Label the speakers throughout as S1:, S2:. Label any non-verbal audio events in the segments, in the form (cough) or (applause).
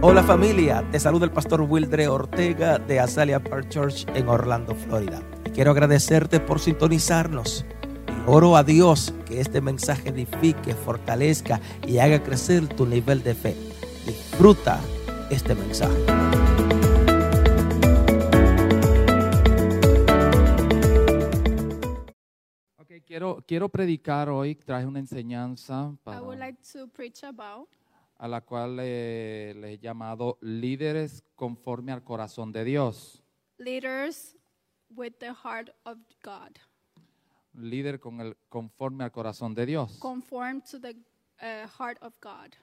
S1: Hola familia, te saluda el pastor Wildre Ortega de Azalea Park Church en Orlando, Florida. Y quiero agradecerte por sintonizarnos. Y oro a Dios que este mensaje edifique, fortalezca y haga crecer tu nivel de fe. Disfruta este mensaje.
S2: Ok, quiero, quiero predicar hoy, traje una enseñanza
S3: I
S2: para-
S3: would like to preach about.
S2: a la cual eh, le he llamado líderes conforme al corazón de Dios.
S3: leaders with the heart of God,
S2: Líder con el, conforme al corazón de Dios.
S3: conform to the uh, heart of God.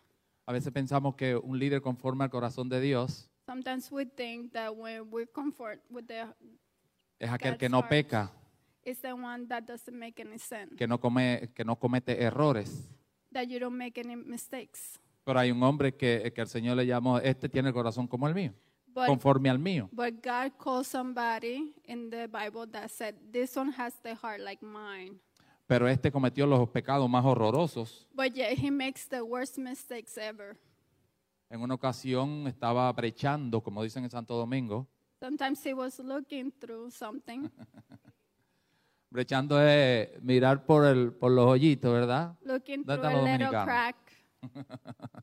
S2: A veces pensamos que un líder conforme al corazón de Dios
S3: Sometimes we think that when we comfort with the
S2: es aquel
S3: God's
S2: que no
S3: heart.
S2: peca,
S3: is the one that doesn't make any sin,
S2: que no, come, que no comete errores.
S3: that you don't make any mistakes.
S2: Pero hay un hombre que, que el Señor le llamó, este tiene el corazón como el mío,
S3: But
S2: conforme al mío.
S3: but God called somebody in the Bible that said, "This one has the heart like mine."
S2: Pero este cometió los pecados más horrorosos.
S3: But yet he makes the worst mistakes ever.
S2: En una ocasión estaba brechando, como dicen en Santo Domingo.
S3: Sometimes he was looking through something,
S2: Brechando es mirar por, el, por los hoyitos, ¿verdad?
S3: looking through
S2: ¿Dónde
S3: a
S2: están los
S3: little
S2: dominicanos?
S3: crack.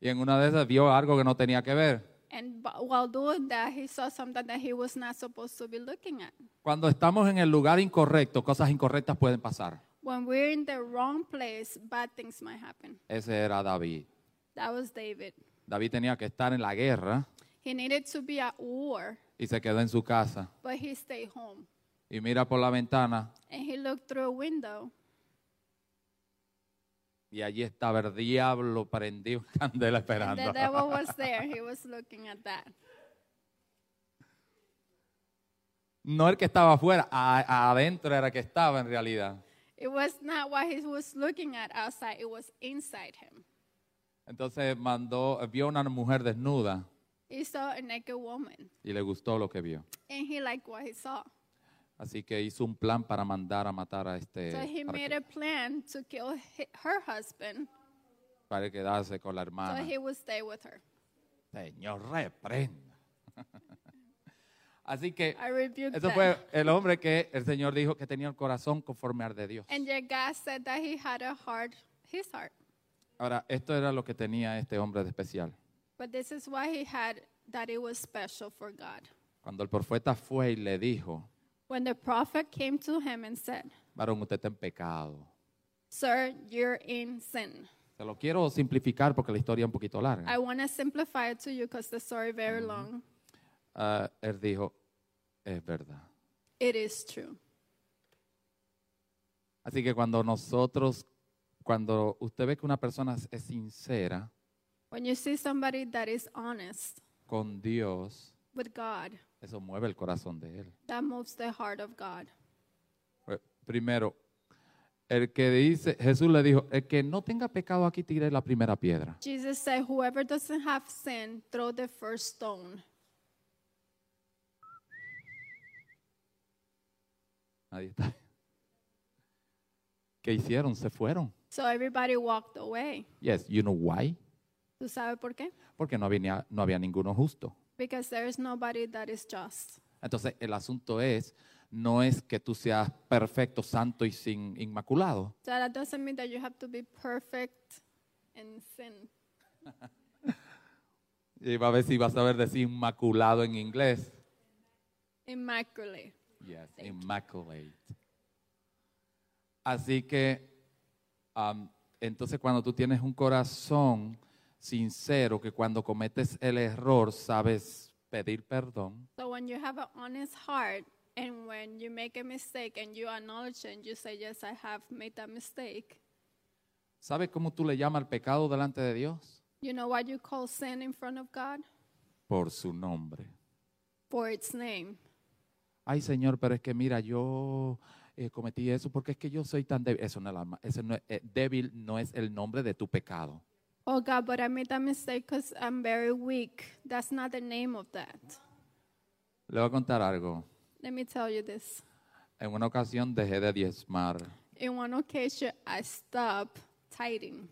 S2: Y en una de esas vio algo que no tenía que ver.
S3: And b- while doing that, he saw something that he was not supposed to be looking at.
S2: Cuando estamos en el lugar incorrecto, cosas incorrectas pueden pasar.
S3: When we're in the wrong place, bad things might happen.
S2: Ese era David.
S3: That was David.
S2: David tenía que estar en la guerra
S3: He needed to be at war,
S2: y se quedó en su casa.
S3: but he stayed home.
S2: Y mira por la ventana
S3: And he looked through a window,
S2: y allí estaba el diablo prendido (laughs) en candela
S3: and the
S2: esperando.
S3: devil was there. He was looking at that.
S2: No el que estaba afuera, a- adentro era el que estaba en realidad.
S3: It was not what he was looking at outside, it was inside him.
S2: Entonces mandó, vio una mujer desnuda
S3: He saw a naked woman,
S2: y le gustó lo que vio.
S3: and he liked what he saw.
S2: Así que hizo un plan para mandar a matar a este
S3: So he
S2: para,
S3: made
S2: que-
S3: a plan to kill hi- her husband
S2: para quedarse con la
S3: so
S2: hermana.
S3: he would stay with her.
S2: Señor, reprenda. (laughs) Así que
S3: I rebuke
S2: ese
S3: that.
S2: fue el hombre que el Señor dijo que tenía el corazón conforme al de Dios.
S3: And yet God said that he had a heart, his heart.
S2: Ahora, esto era lo que tenía este hombre de especial.
S3: But this is why he had that it was special for God.
S2: Cuando el profeta fue y le dijo,
S3: When the prophet came to him and said,
S2: varón, usted está en pecado.
S3: Sir, you're in sin.
S2: Se lo quiero simplificar porque la historia es un poquito larga.
S3: I want to simplify it to you because the story very long.
S2: Ah, él dijo, es verdad.
S3: It is true.
S2: Así que cuando nosotros, cuando usted ve que una persona es sincera
S3: When you see somebody that is honest
S2: con Dios,
S3: with God,
S2: eso mueve el corazón de él.
S3: that moves the heart of God.
S2: Pues, Primero, el que dice, Jesús le dijo, el que no tenga pecado aquí tire la primera piedra.
S3: Jesus said, Whoever doesn't have sin, throw the first stone.
S2: Nadie está. (laughs) ¿Qué hicieron? Se fueron.
S3: So everybody walked away.
S2: Yes, you know why?
S3: ¿Tú sabes por qué?
S2: Porque no había, no había ninguno justo.
S3: Because there is nobody that is just.
S2: Entonces, el asunto es, no es que tú seas perfecto, santo y sin inmaculado.
S3: So that doesn't mean that you have to be perfect in sin.
S2: Y va a ver si vas a ver decir inmaculado en inglés.
S3: Immaculate.
S2: Yes, immaculate. Así que, am, entonces cuando tú tienes un corazón sincero, que cuando cometes el error sabes pedir perdón,
S3: So when you have an honest heart and when you make a mistake and you acknowledge it and you say, Yes, I have made that mistake,
S2: ¿sabes cómo tú le llamas al pecado delante de Dios?
S3: you know what you call sin in front of God?
S2: Por su nombre.
S3: For its name.
S2: Ay, Señor, pero es que mira, yo eh, cometí eso porque es que yo soy tan débil. Eso no es la ma- eso no es- eh, débil no es el nombre de tu pecado.
S3: Oh God, but I made that mistake because I'm very weak. That's not the name of that.
S2: Le voy a contar algo.
S3: Let me tell you this.
S2: En una ocasión dejé de diezmar.
S3: In one occasion, I stopped tithing.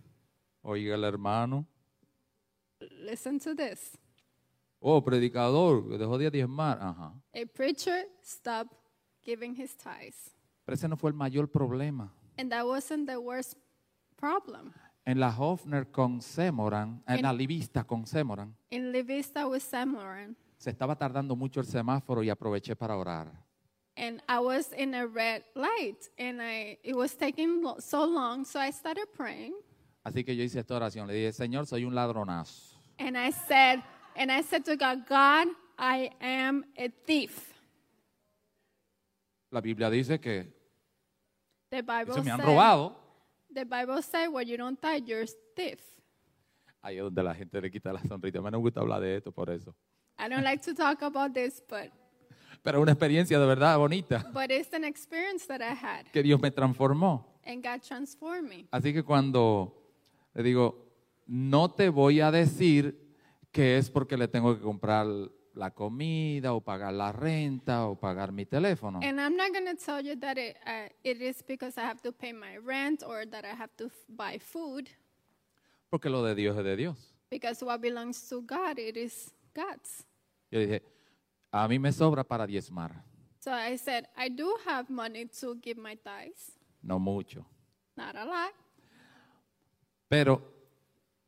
S2: Oiga el hermano.
S3: Listen to this.
S2: Oh, predicador, que dejó de diezmar. Ajá.
S3: A preacher stopped giving his tithes.
S2: Pero ese no fue el mayor problema.
S3: And that wasn't the worst problem.
S2: En la Hofner con Semoran, en la Livista con Semoran,
S3: In Livista with Samoran,
S2: se estaba tardando mucho el semáforo y aproveché para orar.
S3: and I was in a red light, and I it was taking lo- so long, so I started praying,
S2: Así que yo hice esta oración. Le dije, Señor, soy un ladronazo.
S3: and I said, and I said to God, God, I am a thief.
S2: La Biblia dice que
S3: The Bible
S2: eso me han
S3: said-
S2: robado.
S3: The Bible says, "What you don't tithe, you're a thief."
S2: Ahí es donde la gente le quita la sonrisa. A mí no me gusta hablar de esto por eso.
S3: I don't like to talk about this, but
S2: Pero una experiencia de verdad bonita
S3: but it's an experience that I had,
S2: que Dios me transformó.
S3: and God transformed me.
S2: Así que cuando le digo, no te voy a decir que es porque le tengo que comprar la comida o pagar la renta o pagar mi teléfono.
S3: And I'm not going to tell you that it, uh, it is because I have to pay my rent or that I have to f- buy food,
S2: Porque lo de Dios es de Dios.
S3: because what belongs to God, it is God's.
S2: Yo dije, a mí me sobra para diezmar.
S3: So I said, I do have money to give my tithes,
S2: No mucho.
S3: not a lot.
S2: Pero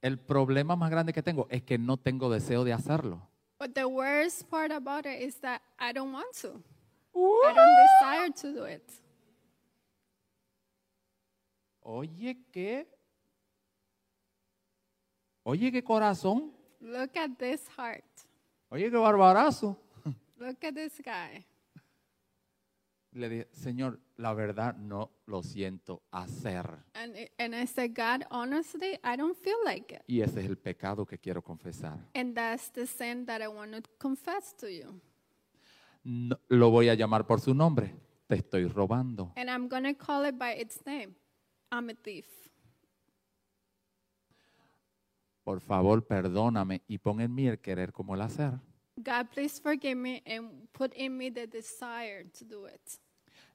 S2: el problema más grande que tengo es que no tengo deseo de hacerlo.
S3: But the worst part about it is that I don't want to. I don't desire to do it.
S2: Oye, ¿qué? Oye, qué corazón.
S3: Look at this heart.
S2: Oye, qué barbarazo.
S3: Look at this guy.
S2: Le dije, Señor, la verdad no lo siento hacer.
S3: And, it- and I said, God, honestly, I don't feel like it.
S2: Y ese es el pecado que quiero confesar.
S3: And that's the sin that I want to confess to you.
S2: No- lo voy a llamar por su nombre. Te estoy robando.
S3: And I'm going to call it by its name. I'm a thief.
S2: Por favor, perdóname y pon en mí el querer como el hacer.
S3: God, please forgive me and put in me the desire to do it.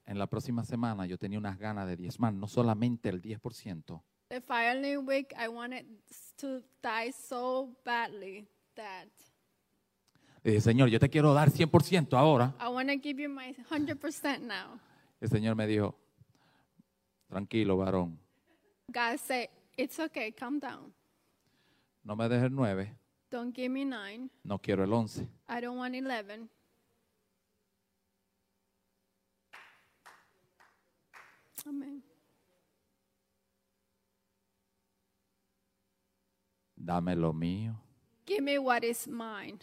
S2: En la próxima semana yo tenía unas ganas de diezmar, no solamente el 10%.
S3: The following week, I wanted s- to die so badly that
S2: Le dije, Señor, yo te quiero dar 100% ahora.
S3: I want to give you my 100% now.
S2: El Señor me dijo, tranquilo, varón,
S3: God said, It's okay, calm down.
S2: no me dejes el 9,
S3: Don't give me nine.
S2: no quiero el 11.
S3: I don't want 11. Amen.
S2: Dame lo mío.
S3: Give me what is mine.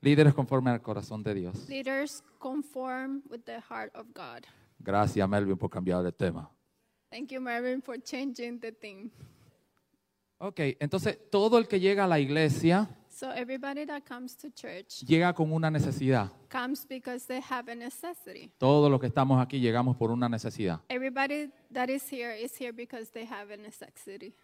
S2: Líderes conforme al corazón de Dios.
S3: Leaders conform with the heart of God.
S2: Gracias, Melvin, por cambiar de tema.
S3: Thank you, Marvin, for changing the theme.
S2: Ok, entonces todo el que llega a la iglesia
S3: So, everybody that comes to church
S2: llega con una necesidad.
S3: comes because they have a necessity.
S2: Todos los que estamos aquí llegamos por una necesidad.
S3: Everybody that is here is here because they have a necessity.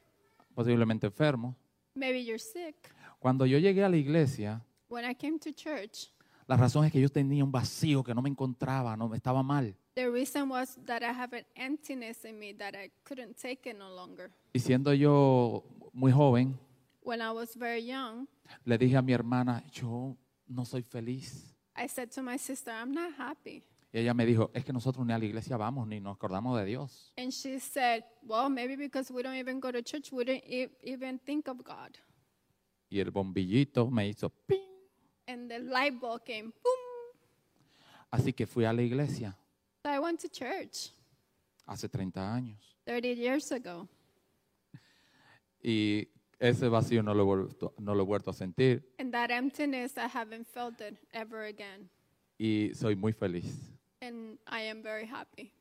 S2: Posiblemente enfermo.
S3: Maybe you're sick.
S2: Cuando yo llegué a la iglesia,
S3: When I came to church,
S2: la razón es que yo tenía un vacío que no me encontraba, no estaba mal.
S3: the reason was that I have an emptiness in me that I couldn't take it no longer.
S2: Y siendo yo muy joven,
S3: When I was very young,
S2: le dije a mi hermana, yo no soy feliz.
S3: I said to my sister, I'm not happy.
S2: Y ella me dijo, es que nosotros ni a la iglesia vamos, ni nos acordamos de Dios.
S3: And she said, Well, maybe because we don't even go to church, we don't e- even think of God.
S2: Y el bombillito me hizo ping.
S3: And the light bulb came, boom.
S2: Así que fui a la iglesia
S3: So I went to church
S2: hace 30 años.
S3: 30 years ago.
S2: Y ese vacío no lo he vuelto, no lo he vuelto a sentir.
S3: And that emptiness, I haven't felt it ever again.
S2: Y soy muy feliz.
S3: And I am very happy.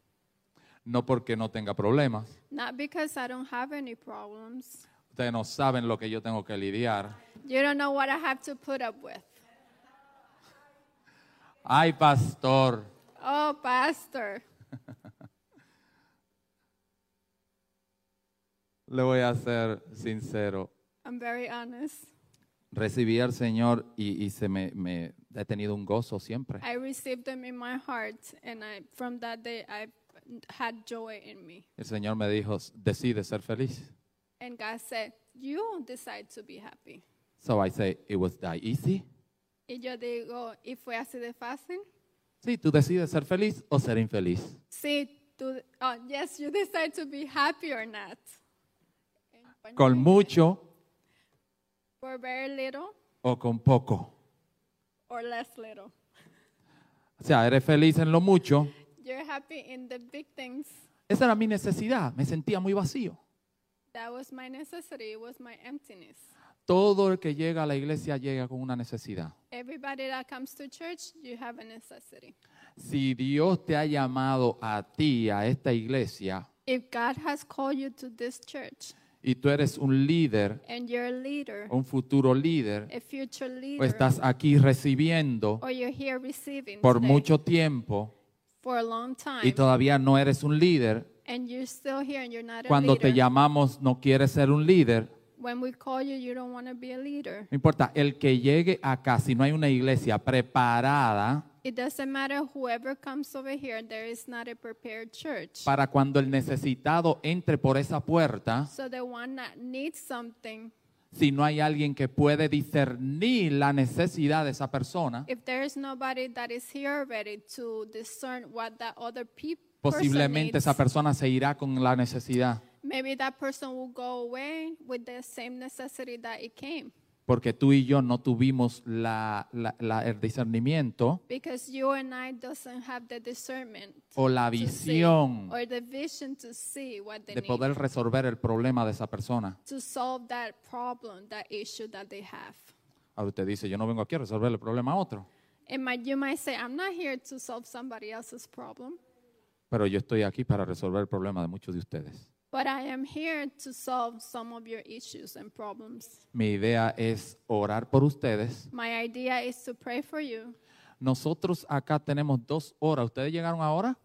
S2: No porque no tenga problemas.
S3: Not because I don't have any problems.
S2: Ustedes no saben lo que yo tengo que lidiar.
S3: You don't know what I have to put up with.
S2: Ay, pastor.
S3: Oh, Pastor.
S2: Le voy a ser sincero.
S3: I'm very honest.
S2: Recibí al Señor y, y se me, me- he tenido un gozo siempre.
S3: I received them in my heart, and I, from that day, I had joy in me.
S2: El Señor me dijo, decide ser feliz.
S3: And God said, You decide to be happy.
S2: So I say, it was that easy.
S3: Y yo digo, ¿y fue así de fácil?
S2: Sí, tú decides ser feliz o ser infeliz.
S3: Sí, tú, oh, yes, you decide to be happy or not. And
S2: Con
S3: when-
S2: mucho
S3: For very little
S2: o con poco.
S3: or less little.
S2: O sea, eres feliz en lo mucho.
S3: You're happy in the big things.
S2: Esa era mi necesidad. Me sentía muy vacío.
S3: That was my necessity. It was my emptiness.
S2: Todo el que llega a la iglesia llega con una necesidad.
S3: Everybody that comes to church, you have a necessity.
S2: Si Dios te ha llamado a ti, a esta iglesia,
S3: If God has called you to this church
S2: y tú eres un líder,
S3: and you're a leader,
S2: un futuro líder,
S3: a future
S2: o
S3: leader,
S2: Oh, estás aquí recibiendo
S3: or you're here receiving
S2: por
S3: today
S2: mucho tiempo
S3: for a long time,
S2: y todavía no eres un líder,
S3: and you're still here and you're not a
S2: cuando
S3: leader,
S2: te llamamos no quieres ser un líder,
S3: when we call you, you don't want to be a leader.
S2: no importa, el que llegue acá, si no hay una iglesia preparada
S3: It doesn't matter whoever comes over here, there is not a prepared church.
S2: para cuando el necesitado entre por esa puerta,
S3: So the one that needs something,
S2: si no hay alguien que puede discernir la necesidad de esa persona,
S3: if there is nobody that is here already to discern what that other pe- person
S2: posiblemente
S3: needs,
S2: esa persona se irá con la necesidad,
S3: maybe that person will go away with the same necessity that it came.
S2: porque tú y yo no tuvimos la- la- la- el discernimiento
S3: Because you and I doesn't have the discernment
S2: o la
S3: to see,
S2: visión
S3: or the vision to see what they
S2: de
S3: need
S2: poder resolver el problema de esa persona.
S3: to solve that problem, that issue that they have.
S2: Ahora usted dice, yo no vengo aquí a resolver el problema a otro,
S3: And might, you might say, I'm not here to solve somebody else's problem,
S2: pero yo estoy aquí para resolver el problema de muchos de ustedes.
S3: but I am here to solve some of your issues and problems.
S2: Mi idea es orar por ustedes.
S3: My idea is to pray for you.
S2: Nosotros acá tenemos dos horas. ¿Ustedes llegaron ahora?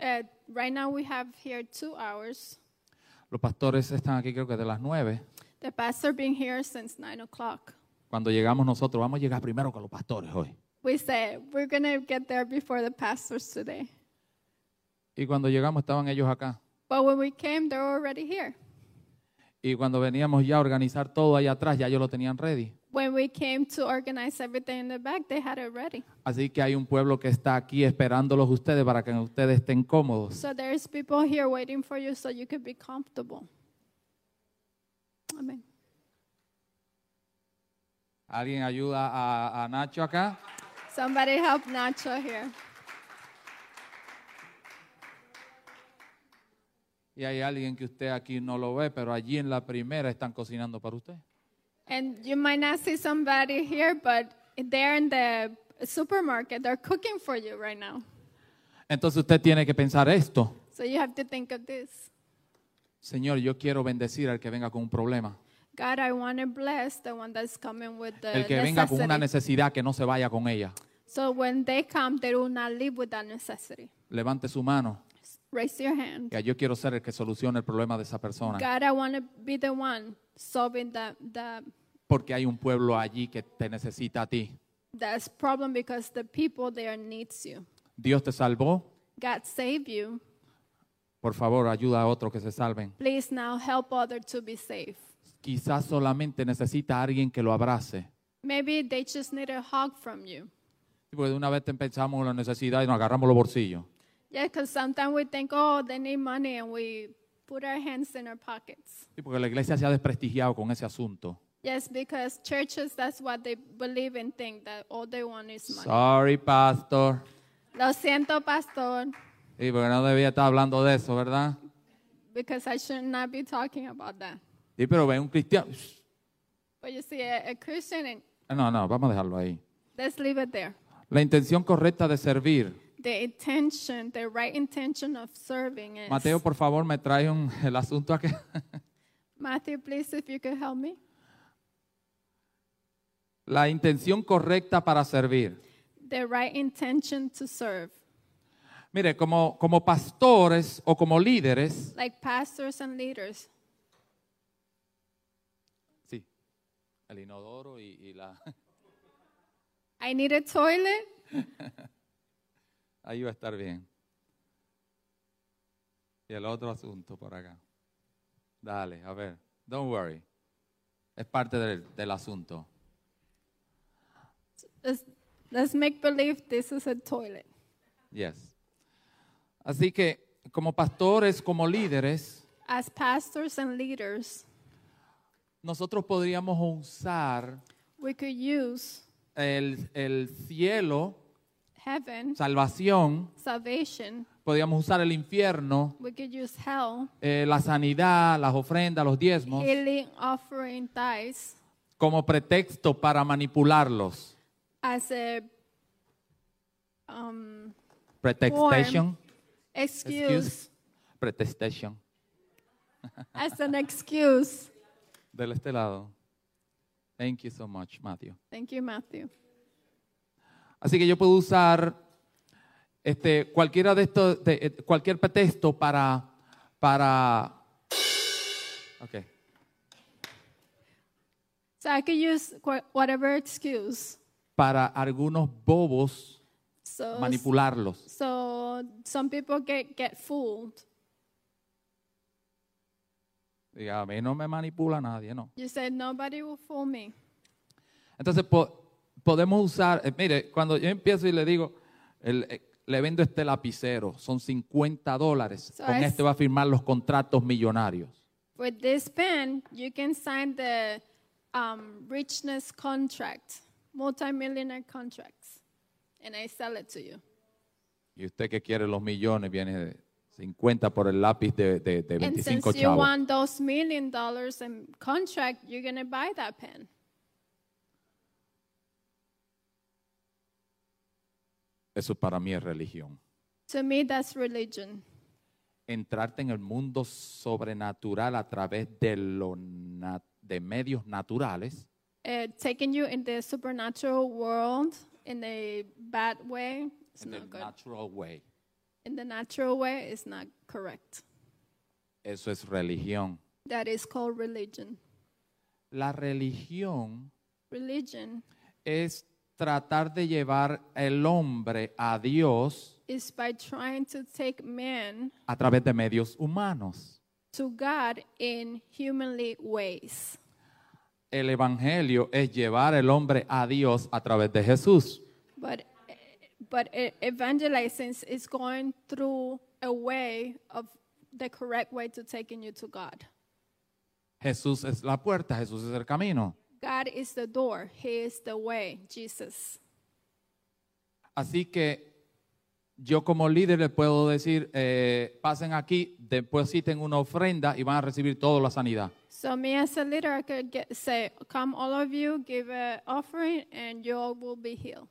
S3: Uh, right now, we have here two hours.
S2: Los pastores están aquí creo que de las nueve.
S3: The pastor been here since nine o'clock.
S2: Cuando llegamos nosotros, vamos a llegar primero con los pastores hoy.
S3: We said we're gonna get there before the pastors today,
S2: Y cuando llegamos estaban ellos acá.
S3: but when we came, they were already here.
S2: Y cuando veníamos ya a organizar todo allá atrás, ya ellos lo tenían ready.
S3: When we came to organize everything in the back, they had it ready.
S2: Así que hay un pueblo que está aquí esperándolos ustedes para que ustedes estén cómodos.
S3: So there's people here waiting for you so you could be comfortable. Amen.
S2: ¿Alguien ayuda a, a Nacho acá?
S3: Somebody help Nacho here.
S2: Y hay alguien que usted aquí no lo ve, pero allí en la primera están cocinando para usted.
S3: And you might not see somebody here, but they're in the supermarket. They're cooking for you right now.
S2: Entonces usted tiene que pensar esto.
S3: So you have to think of this.
S2: Señor, yo quiero bendecir al que venga con un problema.
S3: God, I want to bless the one that's coming with the
S2: El que venga con una
S3: necessity.
S2: necesidad que no se vaya con ella.
S3: So when they come, they will not live with that necessity.
S2: Levante su mano.
S3: Raise your hand.
S2: Que yo quiero ser el que solucione el problema de esa persona.
S3: God, I want to be the one solving that, that,
S2: Porque hay un pueblo allí que te necesita a ti.
S3: that problem because the people there needs you.
S2: Dios te salvó.
S3: God save you.
S2: Por favor, ayuda a otros que se salven.
S3: Please now help others to be safe.
S2: Quizás solamente necesita a alguien que lo abrace.
S3: Maybe they just need a hug from you.
S2: Sí, Porque de una vez te pensamos en la necesidad y nos agarramos los bolsillos.
S3: Yeah, because sometimes we think, oh, they need money, and we put our hands in our pockets.
S2: Sí, Porque la iglesia se ha desprestigiado con ese asunto.
S3: Yes, because churches, that's what they believe and think that all they want is money.
S2: Sorry, pastor.
S3: Lo siento, pastor,
S2: Sí, porque no debía estar hablando de eso, ¿verdad?
S3: because I should not be talking about that.
S2: Sí, pero ve un cristiano. Shh.
S3: But you see, a, a Christian, and
S2: No, no, vamos a dejarlo ahí.
S3: let's leave it there.
S2: La intención correcta de servir.
S3: The intention, the right intention of serving is.
S2: Mateo, por favor, me trae un- el asunto aquí.
S3: Matthew, please, if you could help me.
S2: La intención correcta para servir.
S3: The right intention to serve.
S2: Mire, como, como pastores o como líderes,
S3: Like pastors and leaders,
S2: sí, el inodoro y, y la... (laughs)
S3: I need a toilet.
S2: Ahí va a estar bien. Y el otro asunto por acá. Dale, a ver. Don't worry. Es parte del, del asunto.
S3: Let's, let's make believe this is a toilet.
S2: Yes. Así que como pastores, como líderes,
S3: As pastors and leaders,
S2: nosotros podríamos usar
S3: we could use
S2: el, el cielo,
S3: heaven,
S2: salvación,
S3: salvation,
S2: podríamos usar el infierno,
S3: we could use hell,
S2: eh, la sanidad, las ofrendas, los diezmos,
S3: healing, offering, tithes,
S2: como pretexto para manipularlos.
S3: as a um,
S2: Pretextation. (laughs)
S3: excuse,
S2: Pretextation.
S3: as an excuse.
S2: Del este lado. Thank you so much, Matthew.
S3: Thank you, Matthew.
S2: Así que yo puedo usar este, cualquiera de estos, de- eh, cualquier pretexto para, para, ok,
S3: So I could use qu- whatever excuse.
S2: para algunos bobos
S3: So,
S2: manipularlos.
S3: so some people get, get fooled.
S2: Diga, a mí no me manipula nadie, no.
S3: You said nobody will fool me.
S2: Entonces po- podemos usar, eh, mire, cuando yo empiezo y le digo, el- eh, le vendo este lapicero, son 50 dólares,
S3: So
S2: con
S3: es-
S2: este va a firmar los contratos millonarios.
S3: With this pen, you can sign the um, richness contract, multimillionaire contracts, and I sell it to you.
S2: Y usted que quiere los millones viene de 50 por el lápiz de, de, de
S3: And
S2: 25
S3: since you
S2: chavos.
S3: want those million dollars in contract, you're gonna buy that pen.
S2: Eso para mí es religión.
S3: To me, that's religion.
S2: Entrarte en el mundo sobrenatural a través de, lo na- de medios naturales
S3: Uh, taking you in the supernatural world in a bad way is
S2: en el
S3: not good.
S2: natural way.
S3: in the natural way is not correct.
S2: Eso es religión.
S3: That is called religion.
S2: La religión
S3: Religion
S2: es tratar de llevar el hombre a Dios
S3: is by trying to take man
S2: a través de medios humanos.
S3: to God in humanly ways.
S2: El evangelio es llevar el hombre a Dios a través de Jesús.
S3: But but e- evangelizing is going through a way of the correct way to taking you to God.
S2: Jesús es la puerta, Jesús es el camino.
S3: God is the door. He is the way. Jesus.
S2: Así que yo como líder les puedo decir, eh, pasen aquí, depositen una ofrenda y van a recibir toda la sanidad.
S3: So me as a leader, I could get, say, "Come, all of you, give an offering, and you all will be healed."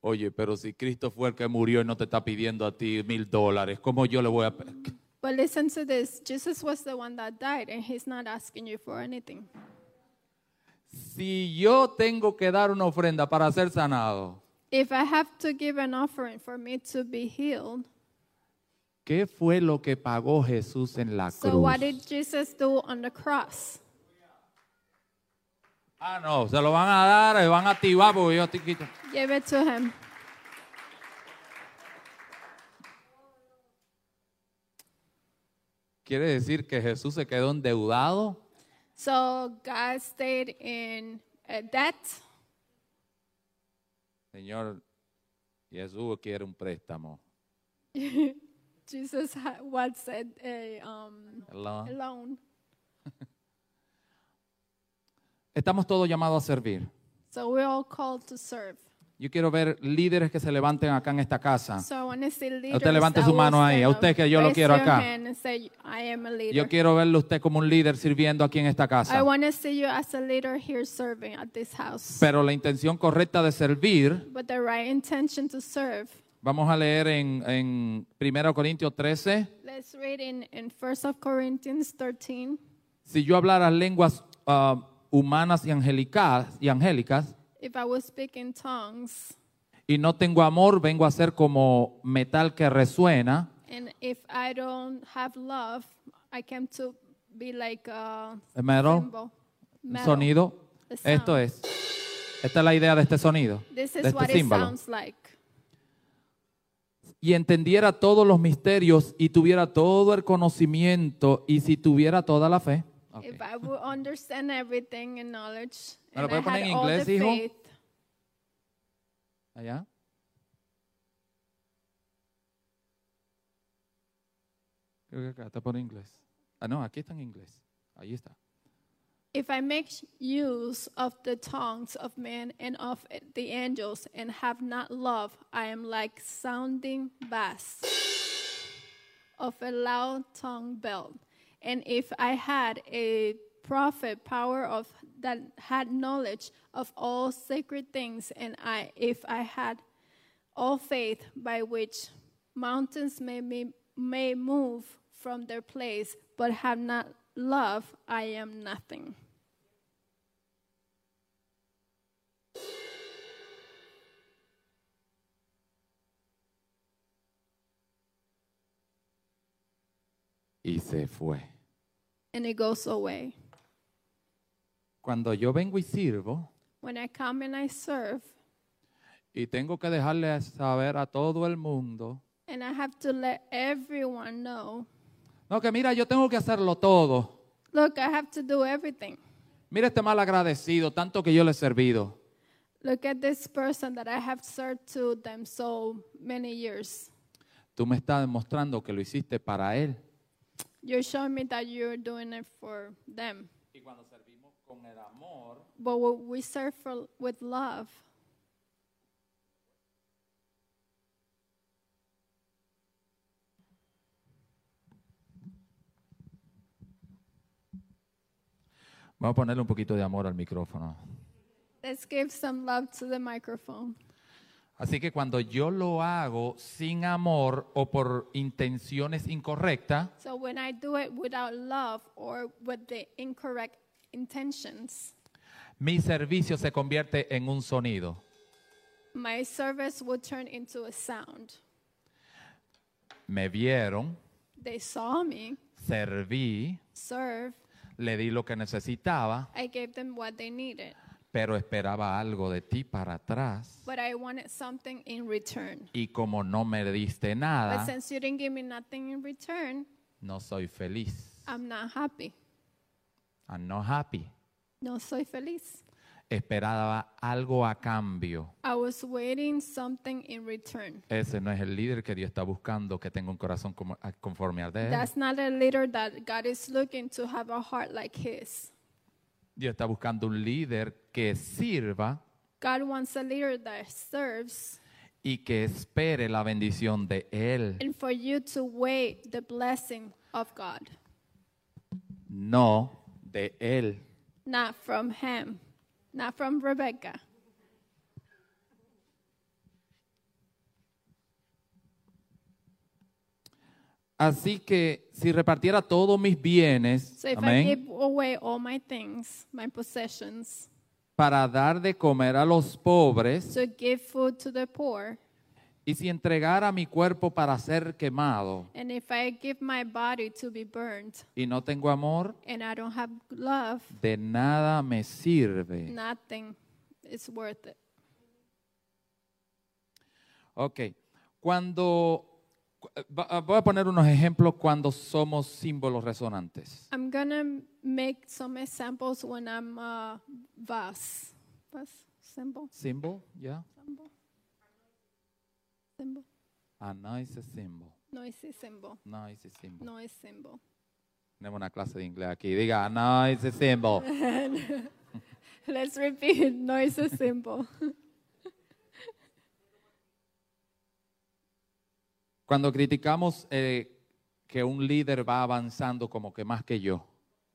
S2: Oye, pero si Cristo fue el que murió y no te está pidiendo a ti mil dólares, ¿cómo yo le voy a... pe- (laughs)
S3: But listen to this Jesus was the one that died, and he's not asking you for anything.
S2: Si yo tengo que dar una ofrenda para ser sanado,
S3: If I have to give an offering for me to be healed,
S2: ¿qué fue lo que pagó Jesús en la
S3: so what
S2: cruz?
S3: did Jesus do on the cross?
S2: Ah, no, se lo van a dar, se van a activar porque yo estoy quito.
S3: Give it to him.
S2: Quiere decir que Jesús se quedó endeudado
S3: So God stayed in a debt.
S2: Señor, Jesús quiere un préstamo.
S3: Jesus had what said a, um,
S2: Hello.
S3: a loan.
S2: Estamos todos llamados a servir.
S3: So we're all called to serve.
S2: Yo quiero ver líderes que se levanten acá en esta casa.
S3: So I want to see leaders.
S2: Usted levante
S3: that
S2: su
S3: will
S2: mano ahí.
S3: stand
S2: A usted
S3: up.
S2: que yo lo
S3: Raise
S2: quiero
S3: your
S2: acá.
S3: hand and say, I am a leader.
S2: Yo quiero verlo usted como un líder sirviendo aquí en esta
S3: I
S2: casa.
S3: want to see you as a leader here serving at this house.
S2: Pero la intención correcta de servir,
S3: With the right intention to serve.
S2: vamos a leer en, en 1 Corintios 13.
S3: Let's read in, in 1 of Corinthians 13.
S2: Si yo hablara lenguas ah, humanas y angelicas, y angélicas
S3: If I will speak in tongues,
S2: y no tengo amor, vengo a ser como metal que resuena
S3: and if I don't have love, I came to be like a
S2: Metal.
S3: symbol. Metal.
S2: sonido.
S3: The sound.
S2: Esto es. Esta es la idea de este sonido.
S3: This
S2: de
S3: is
S2: este
S3: what it
S2: símbolo.
S3: sounds like.
S2: y entendiera todos los misterios y tuviera todo el conocimiento y si tuviera toda la fe. Ok.
S3: If I would understand everything and knowledge,
S2: ¿Me
S3: and
S2: lo
S3: I
S2: puede poner
S3: had
S2: en
S3: all the
S2: inglés, hijo?
S3: faith,
S2: Allá. Creo que acá está por inglés. Ah, no, aquí está en inglés. Ahí está.
S3: if I make use of the tongues of men and of the angels and have not love, I am like sounding bass of a loud tongue bell. And if I had a prophet power of that had knowledge of all sacred things, and I if I had all faith by which mountains may, be, may move from their place, but have not love, I am nothing.
S2: Y se fue.
S3: And it goes away.
S2: Cuando yo vengo y sirvo
S3: When I come and I serve,
S2: y tengo que dejarle saber a todo el mundo,
S3: and I have to let everyone know
S2: no, que mira, yo tengo que hacerlo todo.
S3: look, I have to do everything.
S2: Mira este mal agradecido, tanto que yo le he servido.
S3: Look at this person that I have served to them so many years.
S2: Tú me estás demostrando que lo hiciste para él.
S3: You're showing me that you're doing it for them.
S2: Y cuando servimos con el amor,
S3: But when we serve for, with love,
S2: vamos a ponerle un poquito de amor al micrófono.
S3: let's give some love to the microphone.
S2: Así que cuando yo lo hago sin amor o por intenciones incorrectas,
S3: So when I do it without love or with the incorrect intentions,
S2: mi servicio se convierte en un sonido.
S3: my service will turn into a sound.
S2: Me vieron,
S3: They saw me
S2: serví,
S3: serve.
S2: le di lo que necesitaba,
S3: I gave them what they needed,
S2: pero esperaba algo de ti para atrás.
S3: but I wanted something in return.
S2: Y como no me diste
S3: But
S2: nada,
S3: since you didn't give me nothing in return,
S2: no soy feliz.
S3: I'm not happy.
S2: I'm not happy.
S3: No soy feliz.
S2: Esperaba algo a cambio.
S3: I was waiting something in return.
S2: Ese no es el líder que Dios está buscando, que tenga un corazón como- ah, conforme al de él.
S3: That's not a leader that God is looking to have a heart like his.
S2: Dios está buscando un líder que sirva
S3: God wants a leader that serves
S2: y que espere la bendición de él,
S3: and for you to wait the blessing of God,
S2: no de él.
S3: not from him, not from Rebecca.
S2: Así que si repartiera todos mis bienes,
S3: So if
S2: amén,
S3: I give away all my things, my possessions,
S2: para dar de comer a los pobres,
S3: to give food to the poor,
S2: y si entregara mi cuerpo para ser quemado,
S3: and if I give my body to be burned,
S2: y no tengo amor,
S3: and I don't have love,
S2: de nada me sirve.
S3: nothing is worth it.
S2: Ok, cuando, cu- eh, va- ah, voy a poner unos ejemplos cuando somos símbolos resonantes.
S3: I'm gonna make some examples when I'm uh, vas. Vas? Symbol?
S2: Symbol, yeah.
S3: Symbol? Symbol?
S2: A nice symbol.
S3: Noisy symbol.
S2: Nice symbol.
S3: Noise symbol. (laughs)
S2: Tenemos una clase de inglés aquí. Diga, a nice symbol.
S3: Let's repeat (laughs) noise symbol. (laughs)
S2: Cuando criticamos eh, que un líder va avanzando como que más que yo,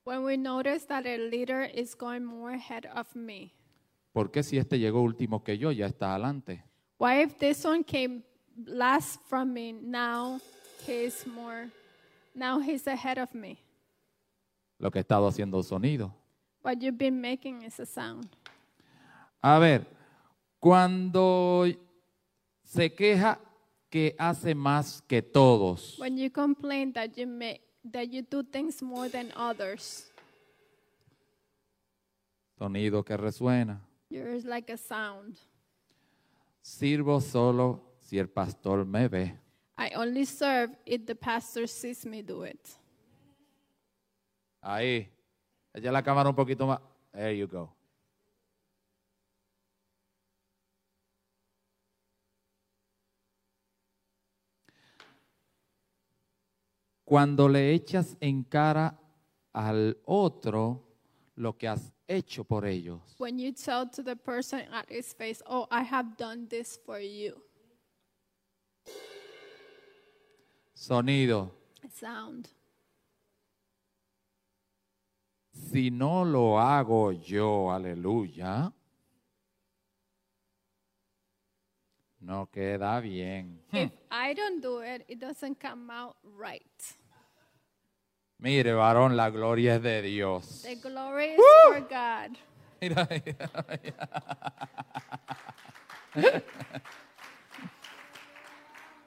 S3: when we notice that a leader is going more ahead of me.
S2: ¿por qué si este llegó último que yo ya está adelante?
S3: Why if this one came last from me, now he's more, now he's ahead of me.
S2: Lo que he estado haciendo es sonido.
S3: What you've been making is a sound.
S2: A ver, cuando se queja que hace más que todos.
S3: When you complain that you make that you do things more than others,
S2: sonido que resuena.
S3: you're like a sound.
S2: Sirvo solo si el pastor me ve.
S3: I only serve if the pastor sees me do it.
S2: Ahí. Allá la cámara un poquito más. There you go. Cuando le echas en cara al otro lo que has hecho por ellos.
S3: When you tell to the person at his face, Oh, I have done this for you.
S2: Sonido.
S3: Sound.
S2: Si no lo hago yo, aleluya, no queda bien.
S3: If I don't do it, it doesn't come out right.
S2: Mire, varón, la gloria es de Dios.
S3: The glory is for God.
S2: (laughs) Mira, mira, mira.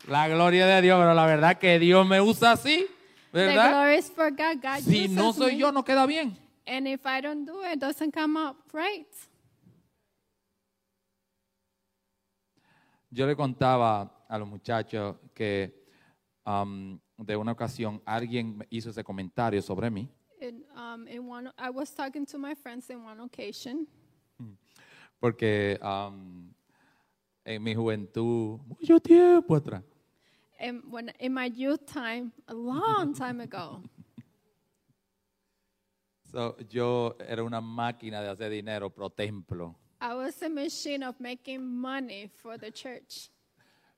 S2: La gloria de Dios, pero la verdad que Dios me usa así,
S3: The
S2: ¿verdad?
S3: glory is for God. God
S2: Si
S3: uses
S2: no soy
S3: me.
S2: yo, no queda bien.
S3: And if I don't do it, it doesn't come out right.
S2: Yo le contaba a los muchachos que am, de una ocasión alguien me hizo ese comentario sobre mí.
S3: In, um, in one, I was talking to my friends in one occasion.
S2: Porque am, en mi juventud, mucho tiempo atrás,
S3: And when in my youth time, a long time ago,
S2: so, yo era una máquina de hacer dinero pro templo.
S3: I was a machine of making money for the church.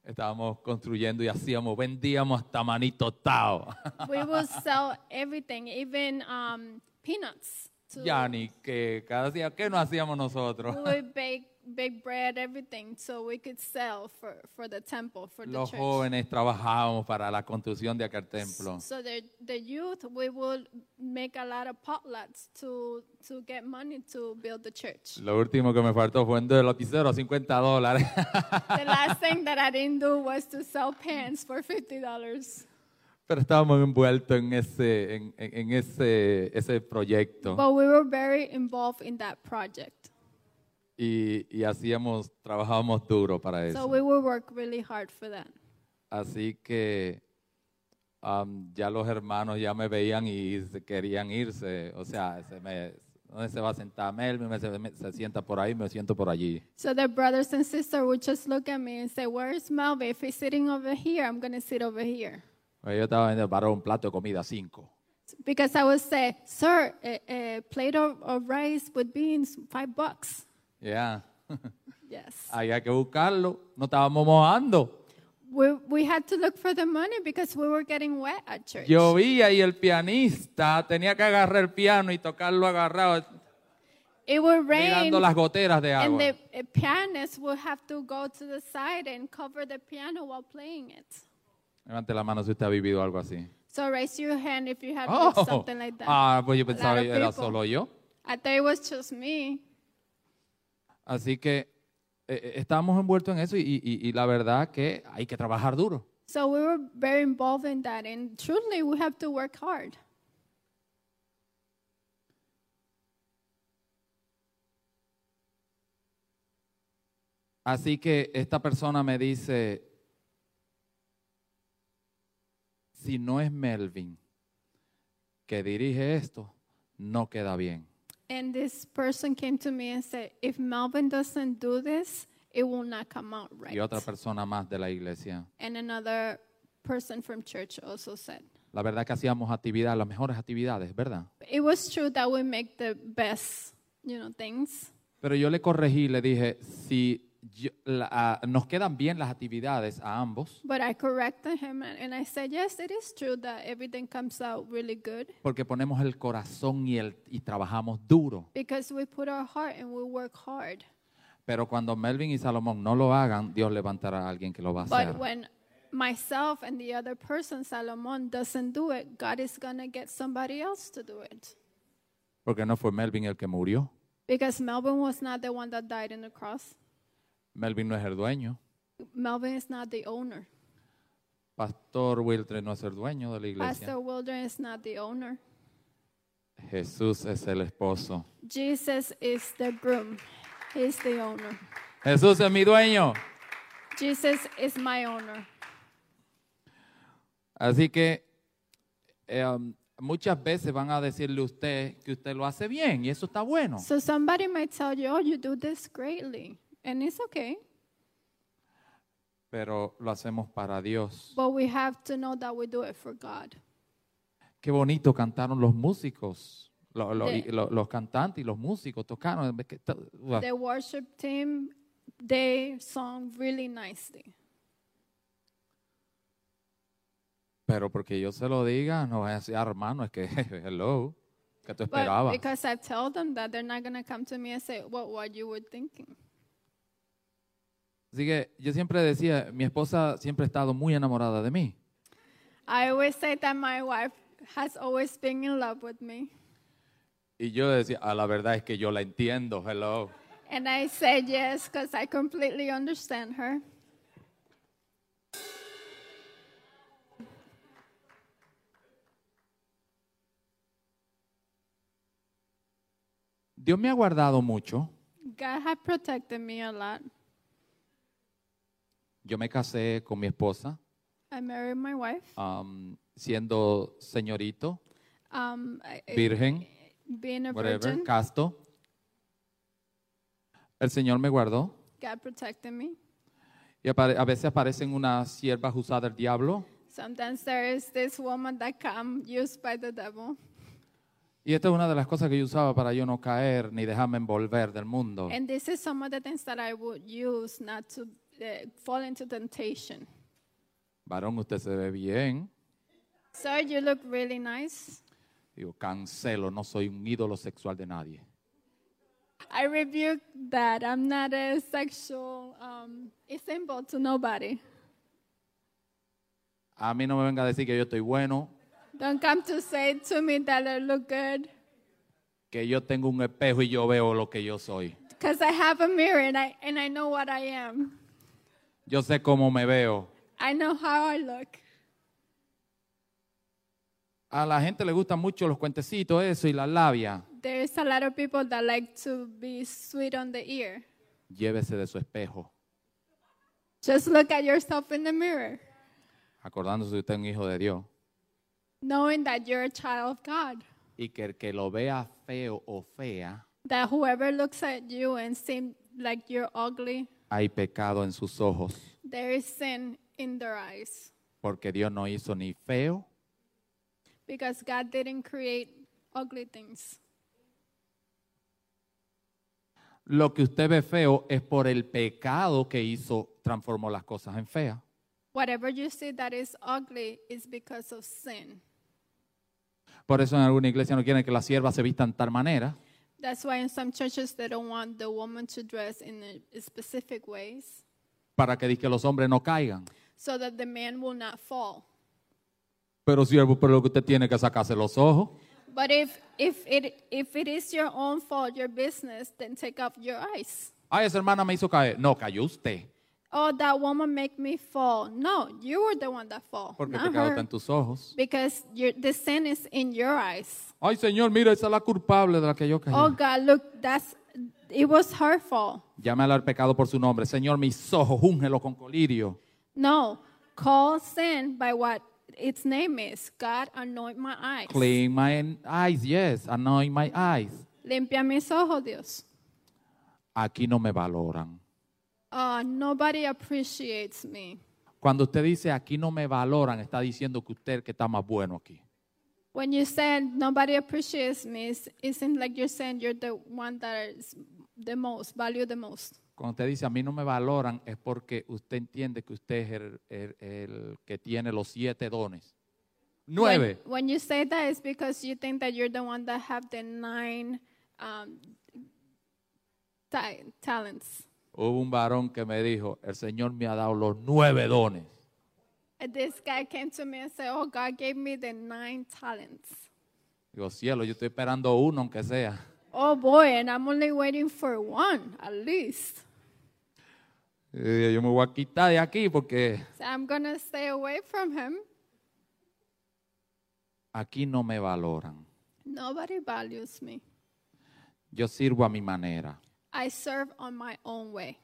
S2: Estábamos construyendo y hacíamos, vendíamos hasta manito tao.
S3: We
S2: (laughs)
S3: would sell everything, even um, peanuts.
S2: (laughs)
S3: To,
S2: ya ni que cada día, ¿qué no hacíamos nosotros?
S3: We would bake, bake bread, everything, so we could sell for, for the temple, for the
S2: Los
S3: church.
S2: jóvenes trabajábamos para la construcción de aquel templo.
S3: So the, the youth, we would make a lot of potlucks to, to get money to build the
S2: (laughs)
S3: church.
S2: Lo último que me faltó fue un lapicero a 50 dólares. (laughs)
S3: the last thing that I didn't do was to sell pants for $50.
S2: Pero estábamos envueltos en ese, en, en- en ese, ese proyecto.
S3: But we were very involved in that project.
S2: Y, y hacíamos, trabajábamos duro para
S3: So
S2: eso.
S3: we would work really hard for that.
S2: Así que am, ya los hermanos ya me veían y se querían irse. O sea, se me, ¿dónde se va a sentar Melvin? Me- se, me- se sienta por ahí, me siento por allí.
S3: So the brothers and sisters would just look at me and say, Where is Melvin? If he's sitting over here, I'm going to sit over here.
S2: Yo estaba vendiendo para un plato de comida, cinco.
S3: Because I would say, Sir, a, a plate of, of rice with beans, five bucks.
S2: Ya.
S3: Yes.
S2: Había que buscarlo. No estábamos mojando.
S3: We, we had to look for the money because we were getting wet at church.
S2: Llovía y el pianista tenía que agarrar el piano y tocarlo agarrado,
S3: it would rain,
S2: mirando las goteras de
S3: and
S2: agua.
S3: the uh, pianist would have to go to the side and cover the piano while playing it.
S2: Levante la mano si usted ha vivido algo así.
S3: So raise your hand if you have lived
S2: Oh,
S3: something like that.
S2: ah, pues yo
S3: lot
S2: pensaba
S3: of
S2: que era
S3: people.
S2: solo yo.
S3: I thought it was just me.
S2: Así que eh, eh, estábamos envueltos en eso y, y- y la verdad que hay que trabajar duro.
S3: So we were very involved in that, and truly, we have to work hard.
S2: Así que esta persona me dice, si no es Melvin que dirige esto, no queda bien.
S3: And this person came to me and said, If Melvin doesn't do this, it will not come out right.
S2: Y otra persona más de la iglesia.
S3: And another person from church also said,
S2: La verdad que hacíamos actividades, las mejores actividades, ¿verdad?
S3: It was true that we make the best, you know, things.
S2: Pero yo le corregí, le dije, si yo- la- ah, nos quedan bien las actividades a ambos,
S3: But I corrected him and, and I said, Yes, it is true that everything comes out really good
S2: porque ponemos el corazón y, el, y trabajamos duro.
S3: because we put our heart and we work hard.
S2: Pero cuando Melvin y Salomón no lo hagan, Dios levantará a alguien que lo va a hacer.
S3: But when myself and the other person, Salomon, doesn't do it, God is going to get somebody else to do it.
S2: Porque no fue Melvin el que murió.
S3: Because Melvin was not the one that died on the cross.
S2: Melvin no es el dueño.
S3: Melvin is not the owner.
S2: Pastor Wiltre no es el dueño de la iglesia.
S3: Pastor Wilder is not the owner.
S2: Jesús es el esposo.
S3: Jesus is the groom. He's the owner.
S2: Jesús es mi dueño.
S3: Jesus is my owner.
S2: Así que eh, um, muchas veces van a decirle a usted que usted lo hace bien y eso está bueno.
S3: So somebody might tell you, oh, you do this greatly. And it's okay.
S2: Pero lo hacemos para Dios.
S3: But we have to know that we do it for God.
S2: Qué bonito cantaron los músicos, lo- lo-
S3: De-
S2: y lo- los cantantes y los músicos tocaron. Es que to- uah.
S3: The worship team, they sung really nicely.
S2: Pero porque yo se lo diga, no es así, "Ah, hermano, es que, (laughs) hello, que tú
S3: But
S2: esperabas.
S3: because I tell them that, they're not going to come to me and say, what, what you were thinking.
S2: Así que yo siempre decía, mi esposa siempre ha estado muy enamorada de mí.
S3: I always say that my wife has always been in love with me.
S2: Y yo decía, "Ah, la verdad es que yo la entiendo, hello.
S3: And I said yes because I completely understand her.
S2: Dios me ha guardado mucho.
S3: God had protected me a lot.
S2: Yo me casé con mi esposa
S3: I married my wife.
S2: am, siendo señorito,
S3: Um, I- I-
S2: virgen,
S3: being a
S2: whatever,
S3: virgin,
S2: casto. El Señor me guardó.
S3: God protected me.
S2: Y apare- a veces aparecen unas siervas usadas del diablo.
S3: Sometimes there is this woman that come used by the devil.
S2: Y esta es una de las cosas que yo usaba para yo no caer ni dejarme envolver del mundo.
S3: And this is some of the things that I would use not to uh, fall into temptation.
S2: Varón, usted se ve bien.
S3: Sir, you look really nice.
S2: Digo, cancelo, no soy un ídolo sexual de nadie.
S3: I rebuke that. I'm not a sexual um, symbol to nobody.
S2: A mí no me venga a decir que yo estoy bueno,
S3: Don't come to say to me that I look good
S2: que yo tengo un espejo y yo veo lo que yo soy.
S3: because I have a mirror and I, and I know what I am.
S2: Yo sé cómo me veo.
S3: I know how I look.
S2: A la gente le gustan mucho los cuentecitos, eso y la labia.
S3: There's a lot of people that like to be sweet on the ear.
S2: Llévese de su espejo,
S3: Just look at yourself in the mirror,
S2: acordándose que usted es un hijo de Dios.
S3: knowing that you're a child of God.
S2: Y que el que lo vea feo o fea,
S3: That whoever looks at you and seems like you're ugly,
S2: hay pecado en sus ojos.
S3: there is sin in their eyes
S2: Porque Dios no hizo ni feo
S3: because God didn't create ugly things.
S2: Lo que usted ve feo es por el pecado que hizo, transformó las cosas en fea.
S3: Whatever you see that is ugly is because of sin.
S2: Por eso en alguna iglesia no quieren que las siervas se vistan de tal manera,
S3: That's why in some churches they don't want the woman to dress in a- specific ways
S2: para que, que los hombres no caigan.
S3: so that the man will not fall.
S2: Pero siervo, pero lo que usted tiene que sacarse los ojos.
S3: But if if it if it is your own fault, your business, then take off your eyes.
S2: Ay, esa hermana me hizo caer. No, cayó usted.
S3: Oh, that woman make me fall. No, you were the one that fall,
S2: Porque el
S3: not
S2: pecado está
S3: her.
S2: en tus ojos.
S3: Because your, the sin is in your eyes.
S2: Ay, Señor, mira, esa es la culpable de la que yo caí.
S3: Oh God, look, that's it was her fault.
S2: Llámale al pecado por su nombre. Señor, mis ojos, úngelo con colirio.
S3: No, call sin by what its name is. God, anoint my eyes.
S2: Clean my eyes, yes. Anoint my eyes.
S3: Limpia mis ojos, Dios.
S2: Aquí no me valoran.
S3: Uh, nobody appreciates me.
S2: Cuando usted dice aquí no me valoran, está diciendo que usted es el que está más bueno aquí.
S3: When you say nobody appreciates me, it's- it seems like you're saying you're the one that is the most, value the most.
S2: Cuando usted dice a mí no me valoran, es porque usted entiende que usted es el, el- el que tiene los siete dones. Nueve.
S3: When, when you say that, it's because you think that you're the one that have the nine um, ta- talents.
S2: Hubo un varón que me dijo, el Señor me ha dado los nueve dones.
S3: And This guy came to me and said, "Oh, God gave me the nine talents."
S2: Digo, cielo, yo estoy esperando uno, aunque sea.
S3: Oh boy, and I'm only waiting for one at least.
S2: Y dije, yo me voy a quitar de aquí porque
S3: So I'm gonna stay away from him.
S2: aquí no me valoran.
S3: Nobody values me.
S2: Yo sirvo a mi manera.
S3: I serve on my own way.